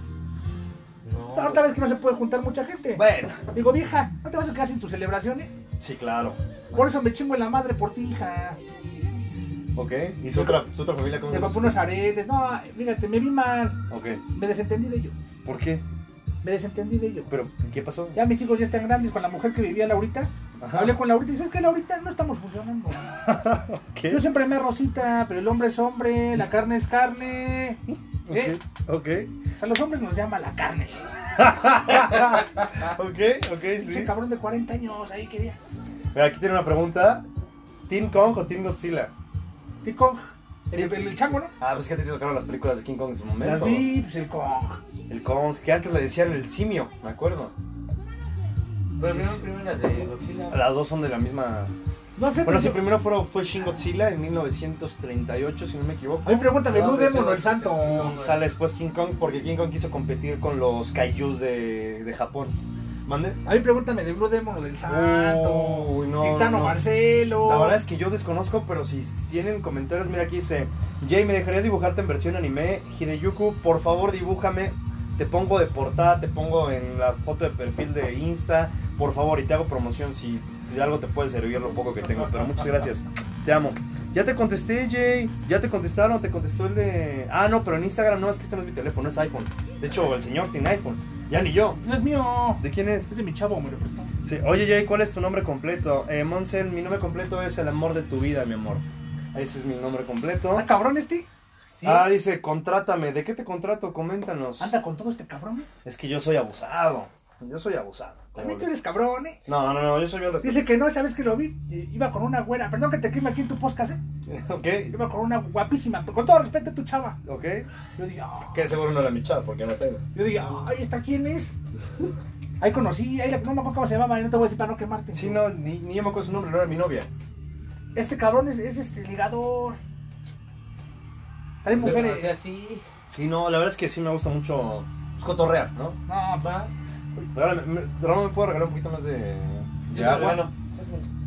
[SPEAKER 4] No.
[SPEAKER 1] Ahorita ves que no se puede juntar mucha gente.
[SPEAKER 2] Bueno.
[SPEAKER 1] Digo, vieja, no te vas a quedar sin tus celebraciones.
[SPEAKER 2] Sí, claro.
[SPEAKER 1] Por eso me chingo en la madre por ti, hija.
[SPEAKER 2] Ok. ¿Y su otra, su otra familia cómo
[SPEAKER 1] Te
[SPEAKER 2] se
[SPEAKER 1] compré unos aretes. No, fíjate, me vi mal.
[SPEAKER 2] Ok.
[SPEAKER 1] Me desentendí de ello.
[SPEAKER 2] ¿Por qué?
[SPEAKER 1] Me desentendí de ello.
[SPEAKER 2] ¿Pero qué pasó?
[SPEAKER 1] Ya mis hijos ya están grandes con la mujer que vivía Laurita.
[SPEAKER 2] Ajá.
[SPEAKER 1] Hablé con Laurita y dices que Laurita no estamos funcionando.
[SPEAKER 2] ¿Qué?
[SPEAKER 1] Yo siempre me Rosita, pero el hombre es hombre, la carne es carne. ¿Eh?
[SPEAKER 2] Ok.
[SPEAKER 1] (laughs) O sea, los hombres nos llama la carne.
[SPEAKER 2] Ok, ok,
[SPEAKER 1] Ese
[SPEAKER 2] sí.
[SPEAKER 1] cabrón de 40 años ahí quería.
[SPEAKER 2] Mira, aquí tiene una pregunta. ¿Team Kong o Team Godzilla?
[SPEAKER 1] T-Kong. El, el- el chango, ¿no?
[SPEAKER 2] Ah, pues es que a ti te tocaron las películas de King Kong en su momento.
[SPEAKER 1] Las vi, pues el Kong.
[SPEAKER 2] El Kong, que antes le decían el simio, me acuerdo.
[SPEAKER 4] Pero
[SPEAKER 2] Sí,
[SPEAKER 4] primero,
[SPEAKER 2] sí.
[SPEAKER 4] primero las de Godzilla.
[SPEAKER 2] Las dos son de la misma.
[SPEAKER 1] No sé,
[SPEAKER 2] Bueno,
[SPEAKER 1] pero
[SPEAKER 2] si
[SPEAKER 1] yo-
[SPEAKER 2] primero fue, fue Shin Godzilla en 1938, si no me equivoco.
[SPEAKER 1] A mí pregúntame,
[SPEAKER 4] No,
[SPEAKER 1] Blue
[SPEAKER 4] pero
[SPEAKER 1] Demon
[SPEAKER 4] sí,
[SPEAKER 1] o el santo.
[SPEAKER 2] Y sale después King Kong porque King Kong quiso competir con los kaijus de, de Japón. ¿Mande?
[SPEAKER 1] A mí pregúntame de Blue Demon o del santo.
[SPEAKER 2] Uy, Oh, no,
[SPEAKER 1] Titano
[SPEAKER 2] no.
[SPEAKER 1] Marcelo.
[SPEAKER 2] La verdad es que yo desconozco, pero si tienen comentarios, mira aquí dice, Jay, ¿me dejarías dibujarte en versión anime? Hideyuku, por favor dibújame, te pongo de portada, te pongo en la foto de perfil de Insta, por favor, y te hago promoción si de algo te puede servir lo poco que tengo, pero muchas gracias, te amo. Ya te contesté, Jay. Ya te contestaron, te contestó el de. Ah, no, pero en Instagram no, es que este no es mi teléfono, es iPhone. De hecho, el señor tiene iPhone. Ya ni yo.
[SPEAKER 1] No es mío.
[SPEAKER 2] ¿De quién es?
[SPEAKER 1] Es de mi chavo, me lo prestó.
[SPEAKER 2] Sí. Oye, Jay, ¿cuál es tu nombre completo? Eh, Monsen, mi nombre completo es el amor de tu vida, mi amor. Ese es mi nombre completo.
[SPEAKER 1] ¿Está cabrón este? Sí.
[SPEAKER 2] Ah, dice, contrátame. ¿De qué te contrato? Coméntanos.
[SPEAKER 1] Anda con todo este cabrón.
[SPEAKER 2] Es que yo soy abusado. Yo soy abusado.
[SPEAKER 1] También tú eres cabrón, eh.
[SPEAKER 2] No, no, no, yo soy bien
[SPEAKER 1] Dice que no, ¿sabes que lo vi? I- Iba con una güera. Perdón que te queme aquí en tu podcast, eh.
[SPEAKER 2] respetuoso. Ok,
[SPEAKER 1] Iba con una guapísima. pero Con todo respeto a tu chava.
[SPEAKER 2] ok.
[SPEAKER 1] Yo dije, ah.
[SPEAKER 2] Que seguro no era mi chat, porque no tengo.
[SPEAKER 1] Yo dije, ay, ¿esta quién es? Ahí conocí, ahí la, no me acuerdo cómo se llamaba, y no te voy a decir para no quemarte.
[SPEAKER 2] Sí, no, ni, ni yo me acuerdo su nombre, no era mi novia.
[SPEAKER 1] Este cabrón es, es este ligador. Trae
[SPEAKER 4] Mujeres.
[SPEAKER 1] mujeres.
[SPEAKER 4] O sea, sí.
[SPEAKER 2] Sí, no, la verdad es que sí me gusta mucho pues, cotorrear, ¿no?
[SPEAKER 1] No, va.
[SPEAKER 2] Ahora, me- me- Ramón, ¿me puedo regalar un poquito más de, de
[SPEAKER 4] Yo te regalo.
[SPEAKER 2] agua?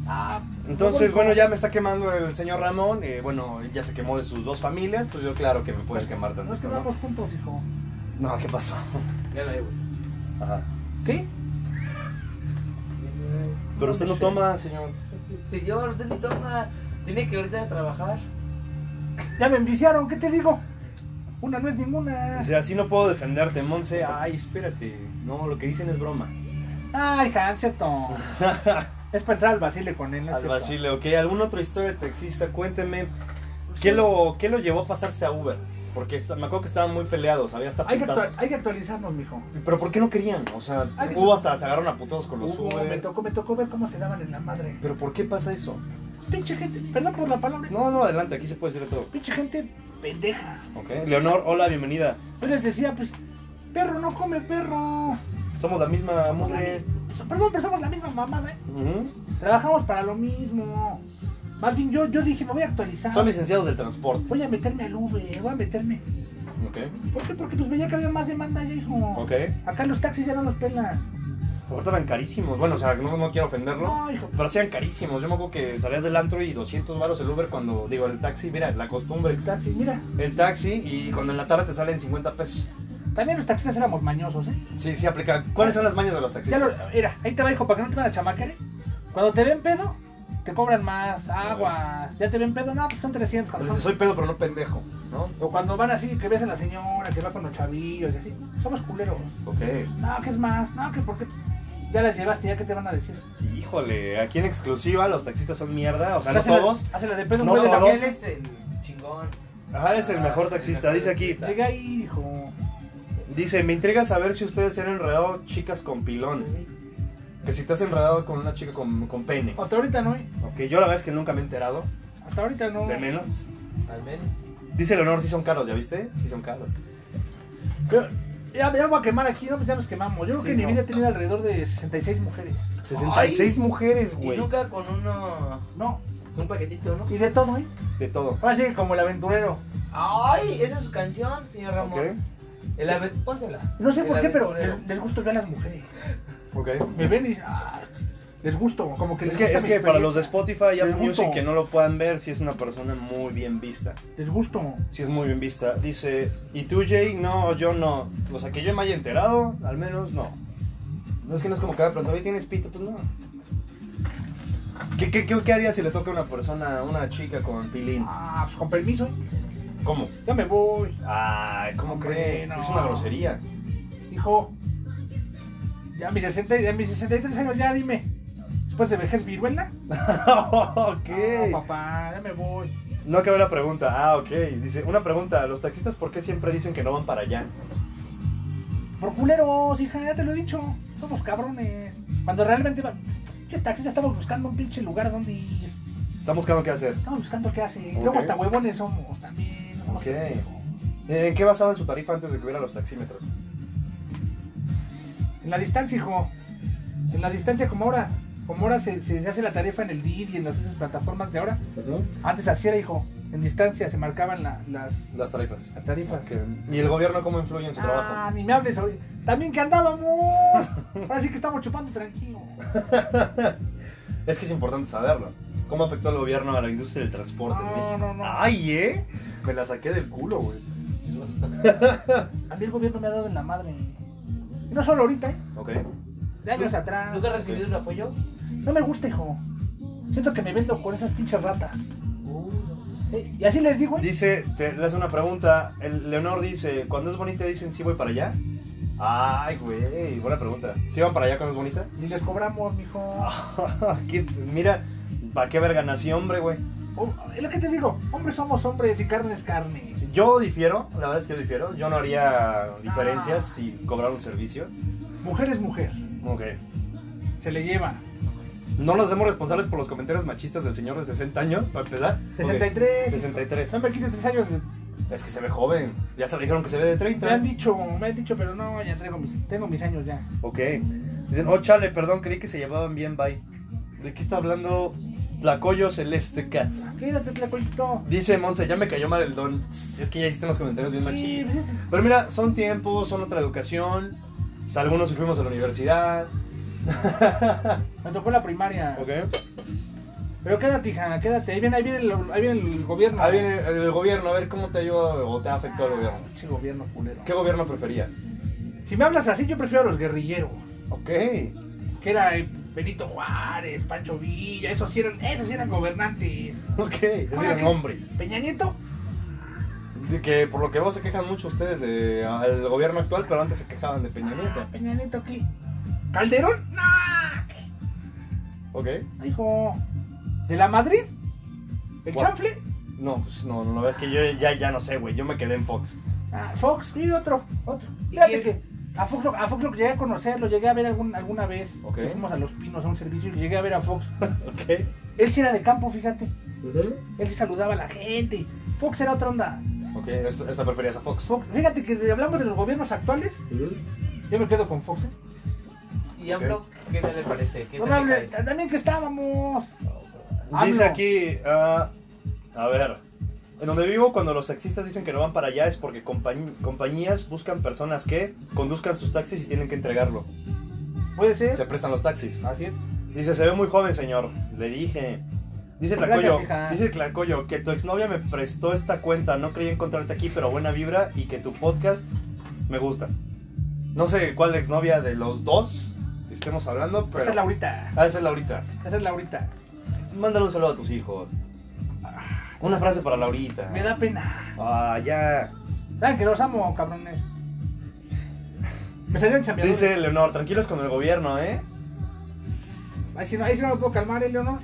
[SPEAKER 1] Ah,
[SPEAKER 2] Entonces, bueno, ya me está quemando el señor Ramón. eh, bueno, ya se quemó de sus dos familias, pues yo claro que me puedes quemar
[SPEAKER 1] No es que
[SPEAKER 2] tanto.
[SPEAKER 1] vamos
[SPEAKER 2] ¿no?
[SPEAKER 1] juntos, hijo.
[SPEAKER 2] No,
[SPEAKER 1] (laughs)
[SPEAKER 2] ¿qué pasó?
[SPEAKER 4] Ya la llevo.
[SPEAKER 2] Ajá.
[SPEAKER 1] ¿Qué?
[SPEAKER 2] Pero usted no
[SPEAKER 1] sé.
[SPEAKER 2] toma, señor.
[SPEAKER 4] Señor, usted no toma. Tiene que ahorita trabajar.
[SPEAKER 1] Ya me enviciaron, ¿qué te digo? Una no es ninguna.
[SPEAKER 2] O sea, así no puedo defenderte, Monse. Ay, espérate. No, lo que dicen es broma.
[SPEAKER 1] Ay, hija, es (laughs) cierto. es para entrar al basile con él, ¿no es
[SPEAKER 2] Al
[SPEAKER 1] cierto?
[SPEAKER 2] Basile, ok. ¿Alguna otra historia de taxista? Cuénteme.
[SPEAKER 1] Pues
[SPEAKER 2] ¿Qué lo, qué lo llevó a pasarse a Uber? Porque esta- me acuerdo que estaban muy peleados, había hasta
[SPEAKER 1] Hay que,
[SPEAKER 2] putazos.
[SPEAKER 1] actua- hay que actualizarnos, mijo.
[SPEAKER 2] Pero ¿por qué no querían? O sea,
[SPEAKER 1] Hay que-
[SPEAKER 2] hubo hasta se agarraron a putados con los
[SPEAKER 1] Hubo,
[SPEAKER 2] Uber.
[SPEAKER 1] me, tocó, me tocó ver cómo se daban en la madre.
[SPEAKER 2] Pero ¿por qué pasa eso?
[SPEAKER 1] Pinche gente, perdón por la palabra.
[SPEAKER 2] No, no, adelante, aquí se puede decir de todo.
[SPEAKER 1] Pinche gente pendeja.
[SPEAKER 2] Ok. Leonor, hola, bienvenida.
[SPEAKER 1] Yo les decía, pues, perro no come perro.
[SPEAKER 2] Somos la misma
[SPEAKER 1] Somos la
[SPEAKER 2] mugre.
[SPEAKER 1] mis- Perdón, pero somos la misma mamada, ¿eh?
[SPEAKER 2] Ujú.
[SPEAKER 1] Trabajamos para lo mismo. Más bien, yo, yo dije, me voy a actualizar.
[SPEAKER 2] Son licenciados del transporte.
[SPEAKER 1] Voy a meterme al V, voy a meterme.
[SPEAKER 2] Ok.
[SPEAKER 1] ¿Por qué? Porque pues veía que había más demanda ya, hijo.
[SPEAKER 2] Ok.
[SPEAKER 1] Acá los taxis ya no los pelan.
[SPEAKER 2] Ahorita eran carísimos. Bueno, o sea, no, no quiero ofenderlo.
[SPEAKER 1] No, hijo.
[SPEAKER 2] Pero hacían carísimos. Yo me acuerdo que salías del antro y 200 varos el Uber cuando, digo, el taxi, mira, la costumbre.
[SPEAKER 1] El taxi, mira.
[SPEAKER 2] El taxi y cuando en la tarde te salen 50 pesos.
[SPEAKER 1] También los taxistas éramos mañosos, ¿eh?
[SPEAKER 2] Sí, sí, aplica. ¿Cuáles son las mañas de los
[SPEAKER 1] Ya
[SPEAKER 2] taxistas?
[SPEAKER 1] lo, eh, mira, ahí te va, hijo, para que no te van a chamacar, ¿eh? Cuando te ven pedo, te cobran más aguas. Ya te ven pedo, no, pues son 300.
[SPEAKER 2] Pues
[SPEAKER 1] cuando
[SPEAKER 2] dices,
[SPEAKER 1] son-
[SPEAKER 2] soy pedo, pero no pendejo, ¿no?
[SPEAKER 1] O cuando van así, que ves a la señora, que va con los chavillos y así. Somos culeros.
[SPEAKER 2] Ok.
[SPEAKER 1] No, que es más. No, que porque ya las llevaste, ya que te van a decir.
[SPEAKER 2] Sí, híjole, aquí en exclusiva los taxistas son mierda, o sea,
[SPEAKER 1] O sea,
[SPEAKER 2] no
[SPEAKER 1] hace la-
[SPEAKER 2] todos.
[SPEAKER 1] hace la de pedo un
[SPEAKER 2] No
[SPEAKER 1] güey de la
[SPEAKER 2] todos.
[SPEAKER 4] Él
[SPEAKER 1] piel.
[SPEAKER 4] es el chingón.
[SPEAKER 2] Ajá, es el
[SPEAKER 4] Ah,
[SPEAKER 2] mejor
[SPEAKER 4] el
[SPEAKER 2] taxista,
[SPEAKER 4] mejor
[SPEAKER 2] dice aquí.
[SPEAKER 4] taxista.
[SPEAKER 1] Llegué ahí, hijo.
[SPEAKER 2] Dice, me intriga saber si ustedes se han enredado chicas con pilón. Que si te has enredado con una chica con, con pene.
[SPEAKER 1] Hasta ahorita no, ¿eh?
[SPEAKER 2] Ok, yo la verdad es que nunca me he enterado,
[SPEAKER 1] Hasta ahorita no.
[SPEAKER 2] de menos.
[SPEAKER 4] Al menos.
[SPEAKER 2] Dice Leonor, sí son caros, ¿ya viste? Sí son caros.
[SPEAKER 1] Pero ya, ya voy a quemar aquí, no, pues ya nos quemamos. Yo creo
[SPEAKER 2] Sí,
[SPEAKER 1] que en mi
[SPEAKER 2] no.
[SPEAKER 1] vida he tenido alrededor de 66 mujeres.
[SPEAKER 2] 66 mujeres,
[SPEAKER 4] Y
[SPEAKER 2] güey.
[SPEAKER 4] nunca con uno.
[SPEAKER 1] No,
[SPEAKER 4] Un paquetito, ¿no?
[SPEAKER 1] y de todo, ¿eh?
[SPEAKER 2] De todo.
[SPEAKER 1] Ahora sí, como el aventurero.
[SPEAKER 4] ¡Ay! Esa es su canción, señor Ramón.
[SPEAKER 2] Ok,
[SPEAKER 4] El ave... Pónsela.
[SPEAKER 1] No sé
[SPEAKER 4] El
[SPEAKER 1] por qué, pero
[SPEAKER 4] aventurero.
[SPEAKER 1] les, les gusto yo a las mujeres.
[SPEAKER 2] ok.
[SPEAKER 1] Me ven y dicen, ah, les gusto. Como que
[SPEAKER 2] Es
[SPEAKER 1] les
[SPEAKER 2] que,
[SPEAKER 1] gusta
[SPEAKER 2] es
[SPEAKER 1] mi
[SPEAKER 2] que para los de
[SPEAKER 1] experiencia.
[SPEAKER 2] Spotify y Apple
[SPEAKER 1] Les gusto.
[SPEAKER 2] Music que no lo puedan ver, si es una persona muy bien vista.
[SPEAKER 1] Les gusto.
[SPEAKER 2] Sí, es muy bien vista. Dice, ¿y tú, Jay? No, yo no. O sea, que yo me haya enterado, al menos no. No es que no es como que me preguntar, ¿hoy tienes pito? Pues no. ¿Qué, qué, qué, qué harías si le toca a una persona, a una chica con pilín?
[SPEAKER 1] Ah, pues con permiso, ¿eh?
[SPEAKER 2] ¿Cómo?
[SPEAKER 1] Ya me voy.
[SPEAKER 2] Ay, ¿cómo
[SPEAKER 1] Hombre,
[SPEAKER 2] cree?
[SPEAKER 1] no.
[SPEAKER 2] Es una
[SPEAKER 1] (laughs)
[SPEAKER 2] grosería.
[SPEAKER 1] Hijo, ya mis, 60, ya mis 63 años, ya dime. Después de vejez viruela.
[SPEAKER 2] ok.
[SPEAKER 1] No, papá, ya me voy.
[SPEAKER 2] No acabé la pregunta. Ah, ok. Dice, una pregunta. ¿Los taxistas por qué siempre dicen que no van para allá?
[SPEAKER 1] Por culeros, hija, ya te lo he dicho. Somos cabrones. Cuando realmente va... Yo taxista estamos buscando un pinche lugar donde ir.
[SPEAKER 2] Están buscando qué hacer.
[SPEAKER 1] Estamos buscando qué hacer.
[SPEAKER 2] Ok.
[SPEAKER 1] Luego hasta huevones somos también. no somos
[SPEAKER 2] Ok.
[SPEAKER 1] pendejos.
[SPEAKER 2] ¿En qué basaban su tarifa antes de que hubiera los taxímetros?
[SPEAKER 1] En la distancia, hijo. En la distancia como ahora. Como ahora se, se hace la tarifa en el DID y en las esas plataformas de ahora. Antes así era, hijo. En distancia se marcaban la- las,
[SPEAKER 2] Las tarifas.
[SPEAKER 1] las tarifas.
[SPEAKER 2] ¿Y el gobierno cómo influye en su
[SPEAKER 1] Ah,
[SPEAKER 2] trabajo?
[SPEAKER 1] ni me hables ahorita. También que andábamos. Ahora sí que estamos chupando tranquilo.
[SPEAKER 2] Es que es importante saberlo. ¿Cómo afectó el gobierno a la industria del transporte en
[SPEAKER 1] No,
[SPEAKER 2] México?
[SPEAKER 1] no, no.
[SPEAKER 2] ¡Ay, eh! Me la saqué del culo, güey.
[SPEAKER 4] (laughs)
[SPEAKER 1] A mí el gobierno me ha dado en la madre. Y no solo ahorita, ¿eh?
[SPEAKER 2] Ok.
[SPEAKER 1] De años
[SPEAKER 4] ¿Tú
[SPEAKER 1] atrás.
[SPEAKER 4] te has recibido su apoyo?
[SPEAKER 1] No me gusta, hijo. Siento que me vendo con esas pinches ratas.
[SPEAKER 4] Uh,
[SPEAKER 1] Eh, Y así les digo, güey.
[SPEAKER 2] Dice, te, le hace una pregunta. El Leonor dice, cuando es bonita dicen sí voy para allá. Ay, güey, buena pregunta. ¿Sí van para allá cuando es bonita? (laughs)
[SPEAKER 1] Ni les cobramos, mijo.
[SPEAKER 2] Qué- mira, ¿para qué verga nací, hombre, güey?
[SPEAKER 1] Oh, es lo que te digo, hombres somos hombres y carne es carne.
[SPEAKER 2] Yo difiero, la verdad es que yo difiero. Yo no haría diferencias
[SPEAKER 1] Ah.
[SPEAKER 2] si cobrar un servicio.
[SPEAKER 1] Mujer es mujer,
[SPEAKER 2] Ok.
[SPEAKER 1] se le lleva.
[SPEAKER 2] No nos hacemos responsables por los comentarios machistas del señor de 60 años, para empezar. Ok.
[SPEAKER 1] 63.
[SPEAKER 2] 63.
[SPEAKER 1] No me quites tres años.
[SPEAKER 2] Es que se ve joven. Ya hasta le dijeron que se ve de
[SPEAKER 1] Me han
[SPEAKER 2] 30.
[SPEAKER 1] dicho, me han dicho, pero no, ya traigo mis, tengo mis años ya.
[SPEAKER 2] Ok. Dicen, oh, chale, perdón, creí que se llevaban bien, bye. ¿De qué está hablando Tlacoyo Celeste Cats?
[SPEAKER 1] Quédate, tlacoyito.
[SPEAKER 2] Dice Monse, ya me cayó mal el don. Es que ya hiciste los comentarios bien
[SPEAKER 1] Sí,
[SPEAKER 2] machistas.
[SPEAKER 1] pues es-
[SPEAKER 2] Pero mira, son tiempos, son otra educación. O sea, algunos sí fuimos a la universidad.
[SPEAKER 1] me tocó la primaria.
[SPEAKER 2] Ok.
[SPEAKER 1] Pero quédate, hija, quédate. Ahí viene, ahí viene, el, ahí viene el gobierno.
[SPEAKER 2] Ahí viene el, el gobierno, a ver cómo te ayudó o te ha afectado el gobierno.
[SPEAKER 1] Pinche gobierno culero.
[SPEAKER 2] ¿Qué gobierno preferías?
[SPEAKER 1] Si me hablas así, yo prefiero a los guerrilleros.
[SPEAKER 2] Ok.
[SPEAKER 1] Que era eh, Benito Juárez, Pancho Villa, esos sí eran, esos sí eran gobernantes.
[SPEAKER 2] Ok. Esos
[SPEAKER 1] Ahora,
[SPEAKER 2] eran
[SPEAKER 1] ¿qué?
[SPEAKER 2] hombres.
[SPEAKER 1] Peña Nieto,
[SPEAKER 2] De que por lo que veo se quejan mucho ustedes de- al gobierno actual, pero antes se quejaban de Peña
[SPEAKER 1] Ah,
[SPEAKER 2] Nieto.
[SPEAKER 1] Peña Nieto, ¿qué? ¿Calderón? ¡No!
[SPEAKER 2] Ok.
[SPEAKER 1] ¿qué? Hijo. ¿De la Madrid? ¿El
[SPEAKER 2] Guau.
[SPEAKER 1] chanfle?
[SPEAKER 2] No, pues no, no, la verdad es que yo ya, ya no sé, güey. Yo me quedé en Fox.
[SPEAKER 1] Ah, Fox, y otro, otro.
[SPEAKER 4] ¿Y quién?
[SPEAKER 1] Fíjate que a Fox, lo, a Fox lo llegué a conocer, lo llegué a ver algún- alguna vez.
[SPEAKER 2] Ok.
[SPEAKER 1] que Fuimos a Los Pinos a un servicio y llegué a ver a Fox.
[SPEAKER 2] Ok.
[SPEAKER 1] Él sí era de campo, fíjate. Él sí saludaba a la gente. Fox era otra onda.
[SPEAKER 2] Ok, esa, esa preferías a Fox.
[SPEAKER 1] Fox- fíjate que de- hablamos de los gobiernos actuales. Yo me quedo con Fox. ¿eh?
[SPEAKER 4] ¿Y AMLO qué tal le parece? ¿Qué
[SPEAKER 1] No
[SPEAKER 4] tal
[SPEAKER 1] me
[SPEAKER 4] le
[SPEAKER 1] hable,
[SPEAKER 4] cae?
[SPEAKER 1] también que estábamos.
[SPEAKER 2] Dice
[SPEAKER 1] AMLO.
[SPEAKER 2] aquí, ah, a ver, en donde vivo cuando los taxistas dicen que no van para allá es porque compañ- compañías buscan personas que conduzcan sus taxis y tienen que entregarlo.
[SPEAKER 1] Puede ser.
[SPEAKER 2] Se prestan los taxis.
[SPEAKER 1] Así es.
[SPEAKER 2] Dice, se ve muy joven, señor. Le dije. Dice
[SPEAKER 1] Gracias,
[SPEAKER 2] Tlacoyo,
[SPEAKER 1] hija.
[SPEAKER 2] dice Tlacoyo, que tu exnovia me prestó esta cuenta, no creí encontrarte aquí, pero buena vibra y que tu podcast me gusta. No sé cuál exnovia de los dos estemos hablando, pero...
[SPEAKER 1] Esa Pues es Laurita.
[SPEAKER 2] Ah, esa es Laurita.
[SPEAKER 1] Esa es Laurita.
[SPEAKER 2] Mándale un saludo a tus hijos. Ah, Una frase para Laurita.
[SPEAKER 1] Me da pena.
[SPEAKER 2] Ah, ya.
[SPEAKER 1] Saben que los amo, cabrones. Me salieron chambeadores.
[SPEAKER 2] Dice Leonor, tranquilos con el gobierno, ¿eh?
[SPEAKER 1] Ahí sí, no, ahí sí no me puedo calmar, ¿eh, Leonor.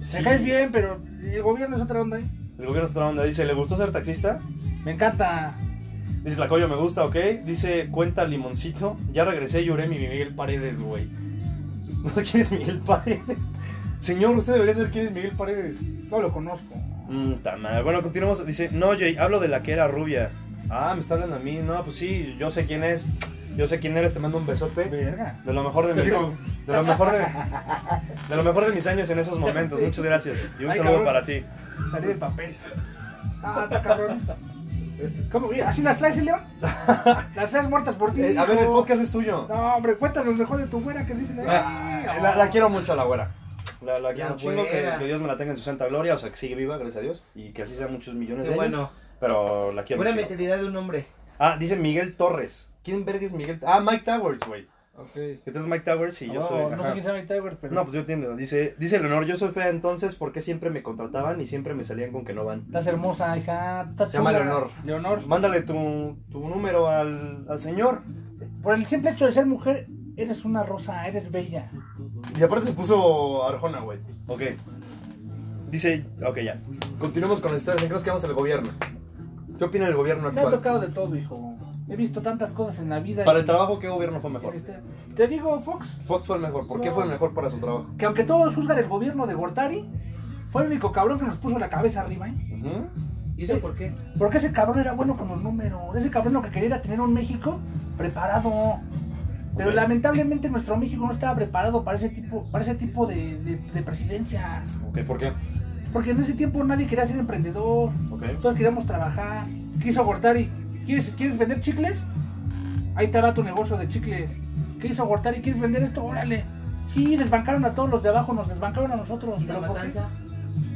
[SPEAKER 2] Sí.
[SPEAKER 1] Me caes bien, pero el gobierno es otra onda, ¿eh?
[SPEAKER 2] El gobierno es otra onda. Dice, ¿le gustó ser taxista?
[SPEAKER 1] Me encanta.
[SPEAKER 2] Dice Tlacoyo, me gusta, ¿ok? Dice, cuenta limoncito. Ya regresé y lloré mi Miguel Paredes, güey. (laughs) ¿No sé quién es Miguel Paredes? Señor, usted debería saber quién es Miguel Paredes.
[SPEAKER 1] No lo conozco.
[SPEAKER 2] Mm, ta madre. Bueno, continuamos. Dice, no, Jay, hablo de la que era rubia. Ah, me está hablando a mí. No, pues sí, yo sé quién es. Yo sé quién eres, te mando un besote.
[SPEAKER 1] Verga.
[SPEAKER 2] De lo mejor de mis, de lo mejor de, de lo mejor de mis años en
[SPEAKER 1] (laughs)
[SPEAKER 2] esos momentos. Muchas gracias. Y un
[SPEAKER 1] Ay,
[SPEAKER 2] saludo
[SPEAKER 1] cabrón.
[SPEAKER 2] para ti.
[SPEAKER 1] Salí del papel. Ah, está cabrón. ¿Cómo? ¿Y ¿Así las traes, eh,
[SPEAKER 2] (laughs)
[SPEAKER 1] León? Las traes muertas por ti.
[SPEAKER 2] Eh, a ver, el
[SPEAKER 1] hijo.
[SPEAKER 2] podcast es tuyo.
[SPEAKER 1] No, hombre, cuéntanos mejor de tu güera que dicen ahí.
[SPEAKER 2] Ah, La,
[SPEAKER 1] oh.
[SPEAKER 2] la quiero mucho a la güera. La, la quiero
[SPEAKER 4] La
[SPEAKER 2] un chingo, que,
[SPEAKER 4] güera.
[SPEAKER 2] que Dios me la tenga en su santa gloria, o sea, que sigue viva, gracias a Dios, y que así sean muchos millones
[SPEAKER 4] Qué
[SPEAKER 2] de años,
[SPEAKER 4] bueno.
[SPEAKER 2] pero la quiero un
[SPEAKER 4] Buena
[SPEAKER 2] chingo.
[SPEAKER 4] mentalidad de un hombre.
[SPEAKER 2] Ah, dice Miguel Torres. ¿Quién verga es Miguel? Ah, Mike Towers, güey.
[SPEAKER 4] Okay.
[SPEAKER 2] Entonces Mike Towers y yo
[SPEAKER 4] Oh,
[SPEAKER 1] No,
[SPEAKER 2] soy...
[SPEAKER 1] no sé
[SPEAKER 2] ajá.
[SPEAKER 1] quién sabe Tiger, pero.
[SPEAKER 2] No, pues yo entiendo. Dice, dice Leonor, yo soy fea entonces, ¿por qué siempre me contrataban y siempre me salían con que no van?
[SPEAKER 1] Estás hermosa, hija. Estás
[SPEAKER 2] Se llama
[SPEAKER 1] chula.
[SPEAKER 2] Leonor.
[SPEAKER 1] Leonor.
[SPEAKER 2] Mándale tu, tu número al, al señor.
[SPEAKER 1] Por el simple hecho de ser mujer, eres una rosa, eres bella.
[SPEAKER 2] Y aparte se puso Arjona, güey. Ok. Dice, ok, ya. Continuemos con las historias. ¿En qué nos quedamos el gobierno? ¿Qué opina el gobierno
[SPEAKER 1] Me ha
[SPEAKER 2] actual?
[SPEAKER 1] tocado de todo, hijo. He visto tantas cosas en la vida.
[SPEAKER 2] Para
[SPEAKER 1] y-
[SPEAKER 2] el trabajo, ¿qué gobierno fue mejor?
[SPEAKER 1] Este, Te digo, Fox,
[SPEAKER 2] Fox fue el mejor. ¿Por qué fue el mejor para su trabajo?
[SPEAKER 1] que aunque todos juzgan el gobierno de Gortari, fue el único cabrón que nos puso la cabeza arriba, ¿eh?
[SPEAKER 2] Ujú.
[SPEAKER 4] ¿Y eso
[SPEAKER 1] Sí.
[SPEAKER 4] por qué?
[SPEAKER 1] Porque ese cabrón era bueno con los números. Ese cabrón lo que quería era tener un México preparado. Pero
[SPEAKER 2] Ok.
[SPEAKER 1] lamentablemente nuestro México no estaba preparado para ese tipo, para ese tipo de, de- de presidencia.
[SPEAKER 2] Ok, ¿por qué?
[SPEAKER 1] Porque en ese tiempo nadie quería ser emprendedor.
[SPEAKER 2] Ok.
[SPEAKER 1] Todos queríamos trabajar. ¿Qué hizo Gortari? ¿Quieres, ¿Quieres vender chicles? Ahí te va tu negocio de chicles. ¿Qué hizo Gortari? ¿Quieres vender esto? Órale. Sí, desbancaron a todos los de abajo, nos desbancaron a nosotros.
[SPEAKER 4] ¿Y la
[SPEAKER 1] ¿Pero por qué?
[SPEAKER 4] matanza?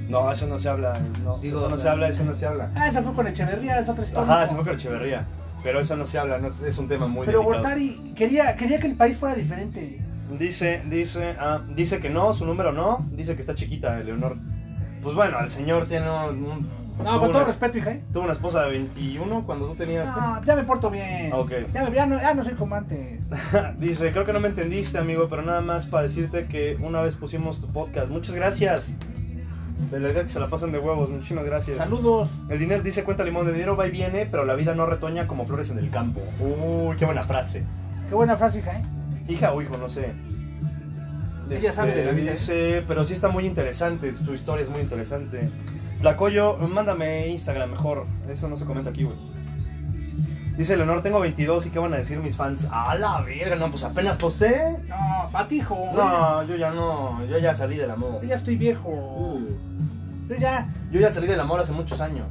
[SPEAKER 2] No, eso no se habla. No,
[SPEAKER 4] Digo,
[SPEAKER 2] eso no
[SPEAKER 4] o sea-
[SPEAKER 2] se habla, eso no se habla.
[SPEAKER 1] Ah, esa fue con Echeverría, es otra historia.
[SPEAKER 2] Ajá, se fue con Echeverría. Pero eso no se habla, no, es- es un tema muy
[SPEAKER 1] Pero
[SPEAKER 2] delicado.
[SPEAKER 1] Gortari quería, quería que el país fuera diferente.
[SPEAKER 2] Dice, dice, ah, dice que no, su número no, dice que está chiquita, Leonor. Pues bueno, el señor tiene un, un
[SPEAKER 1] No, con
[SPEAKER 2] Tuvo
[SPEAKER 1] todo
[SPEAKER 2] una-
[SPEAKER 1] respeto, hija, ¿eh?
[SPEAKER 2] Tuvo una esposa de 21 cuando tú tenías...
[SPEAKER 1] No, ya me porto bien.
[SPEAKER 2] Ok.
[SPEAKER 1] Ya, me- ya no, ya no soy como antes.
[SPEAKER 2] (laughs) Dice, creo que no me entendiste, amigo, pero nada más para decirte que una vez pusimos tu podcast. Muchas gracias. De verdad que se la pasan de huevos. Muchísimas gracias.
[SPEAKER 1] Saludos.
[SPEAKER 2] El dinero, dice Cuenta Limón, el dinero va y viene, pero la vida no retoña como flores en el campo. Uy, qué buena frase.
[SPEAKER 1] Qué buena frase, hija, ¿eh?
[SPEAKER 2] Hija o hijo, no sé. Este,
[SPEAKER 1] Ella sabe de la vida, ¿eh?
[SPEAKER 2] Dice, pero sí está muy interesante, tu historia es muy interesante. Tlacoyo, mándame Instagram mejor, eso no se comenta aquí, güey. Dice Leonor, tengo 22 y qué van a decir mis fans. A la verga, no, pues apenas posté.
[SPEAKER 1] No, patijo.
[SPEAKER 2] No, yo ya no, yo ya salí del amor. Uh.
[SPEAKER 1] Yo ya estoy viejo. Yo ya,
[SPEAKER 2] Yo ya salí del amor hace
[SPEAKER 1] (laughs)
[SPEAKER 2] muchos años.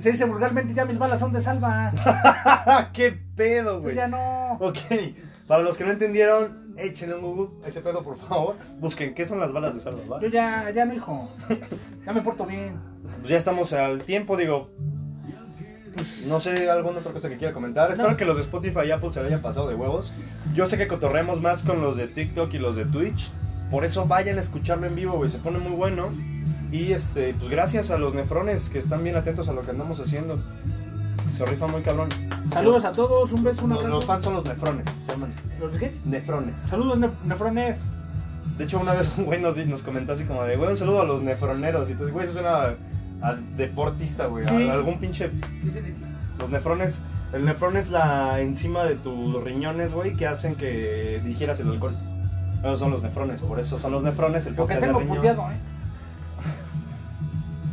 [SPEAKER 1] se dice vulgarmente, ya mis balas son de
[SPEAKER 2] (laughs)
[SPEAKER 1] salva.
[SPEAKER 2] ¡Qué pedo,
[SPEAKER 1] Yo
[SPEAKER 2] güey!
[SPEAKER 1] ya no.
[SPEAKER 2] Ok, para los que no entendieron, échenle un Google a ese pedo, por favor. Busquen qué son las balas de salva, ¿va?
[SPEAKER 1] Yo ya, ya no,
[SPEAKER 2] (laughs)
[SPEAKER 1] hijo. Ya me porto bien.
[SPEAKER 2] Pues ya estamos al tiempo, digo. pues, No sé, alguna otra cosa que quiera comentar. Espero que los de Spotify y Apple se lo hayan pasado de huevos. Yo sé que cotorremos más con los de TikTok y los de Twitch. Por eso vayan a escucharlo en vivo, güey. Se pone muy bueno. Y este, pues gracias a los nefrones que están bien atentos a lo que andamos haciendo. Se rifa muy cabrón.
[SPEAKER 1] Saludos a todos, un beso, un
[SPEAKER 2] Los,
[SPEAKER 1] abrazo.
[SPEAKER 2] los fans son los nefrones, se llaman
[SPEAKER 1] ¿Los qué?
[SPEAKER 2] nefrones.
[SPEAKER 1] Saludos, nef- nefrones.
[SPEAKER 2] De hecho, una vez un güey nos, nos comentó así como de, güey, un saludo a los nefroneros. Y entonces, güey, eso suena al deportista, güey. a-
[SPEAKER 1] Sí.
[SPEAKER 2] A algún pinche...
[SPEAKER 4] ¿Qué significa?
[SPEAKER 2] Los nefrones... El nefrón es la enzima de tus riñones, güey, que hacen que digieras el alcohol. Esos son los nefrones, por eso son los nefrones, el
[SPEAKER 1] Lo que
[SPEAKER 2] podcast de
[SPEAKER 1] tengo
[SPEAKER 2] riñón.
[SPEAKER 1] puteado, ¿eh?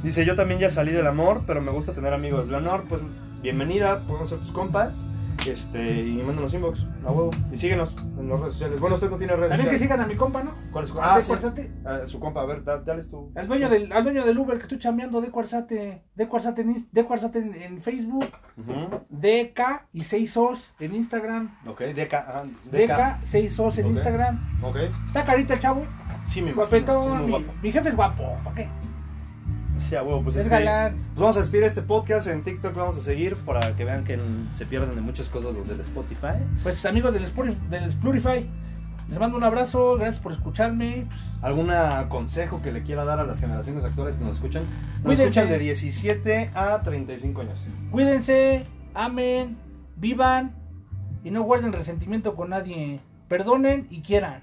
[SPEAKER 2] Dice, yo también ya salí del amor, pero me gusta tener amigos. Leonor, pues, bienvenida, podemos ser tus compas. Este, y mándanos inbox, a huevo. Y síguenos en las redes sociales. Bueno, usted no tiene redes
[SPEAKER 1] También que
[SPEAKER 2] sociales.
[SPEAKER 1] sigan a mi compa, ¿no?
[SPEAKER 2] ¿Cuál es su
[SPEAKER 1] Ah,
[SPEAKER 2] compa? Ah, sí. Ah, su compa, a ver, da- dale tu...
[SPEAKER 1] Al dueño del, al dueño del Uber que estoy chambeando de Cuarzate, de Cuarzate en, Inst- de Cuarzate en, en Facebook,
[SPEAKER 2] Ujú.
[SPEAKER 1] DK y 6 Os en Instagram,
[SPEAKER 2] Ok, DK. ajá, DK.
[SPEAKER 1] DK 6 Os en
[SPEAKER 2] Ok.
[SPEAKER 1] Instagram.
[SPEAKER 2] Ok.
[SPEAKER 1] Está carita el chavo,
[SPEAKER 2] Sí, me imagino,
[SPEAKER 1] guapetón,
[SPEAKER 2] sí,
[SPEAKER 1] mi,
[SPEAKER 2] muy guapo.
[SPEAKER 1] mi jefe es guapo, ¿para qué?
[SPEAKER 2] Sí, a huevo, pues
[SPEAKER 1] es
[SPEAKER 2] este,
[SPEAKER 1] galán.
[SPEAKER 2] pues vamos a despedir este podcast en TikTok, vamos a seguir para que vean que mm, se pierden de muchas cosas los del Spotify.
[SPEAKER 1] Pues amigos del, Spotif- del Splurify, les mando un abrazo, gracias por escucharme. Pues,
[SPEAKER 2] ¿Algún consejo que le quiera dar a las generaciones actuales que nos escuchan? Nos
[SPEAKER 1] Cuídense.
[SPEAKER 2] escuchan de 17 a 35 años.
[SPEAKER 1] cuídense, amen, vivan y no guarden resentimiento con nadie. Perdonen y quieran.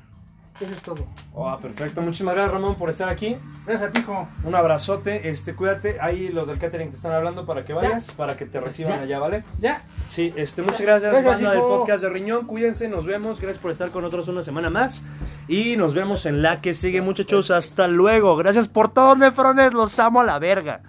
[SPEAKER 1] Eso es todo.
[SPEAKER 2] Oh, perfecto, muchísimas gracias Ramón por estar aquí.
[SPEAKER 1] Gracias a ti, hijo.
[SPEAKER 2] Un abrazote, este, cuídate. Ahí los del catering te están hablando para que vayas, para que te reciban
[SPEAKER 1] Ya.
[SPEAKER 2] allá, ¿vale?
[SPEAKER 1] Ya,
[SPEAKER 2] Sí, este, muchas gracias,
[SPEAKER 1] Gracias,
[SPEAKER 2] banda del
[SPEAKER 1] hijo.
[SPEAKER 2] podcast de Riñón. Cuídense, nos vemos. Gracias por estar con nosotros una semana más. Y nos vemos en la que sigue, muchachos. Hasta luego. Gracias por todos, nefrones. Los amo a la verga.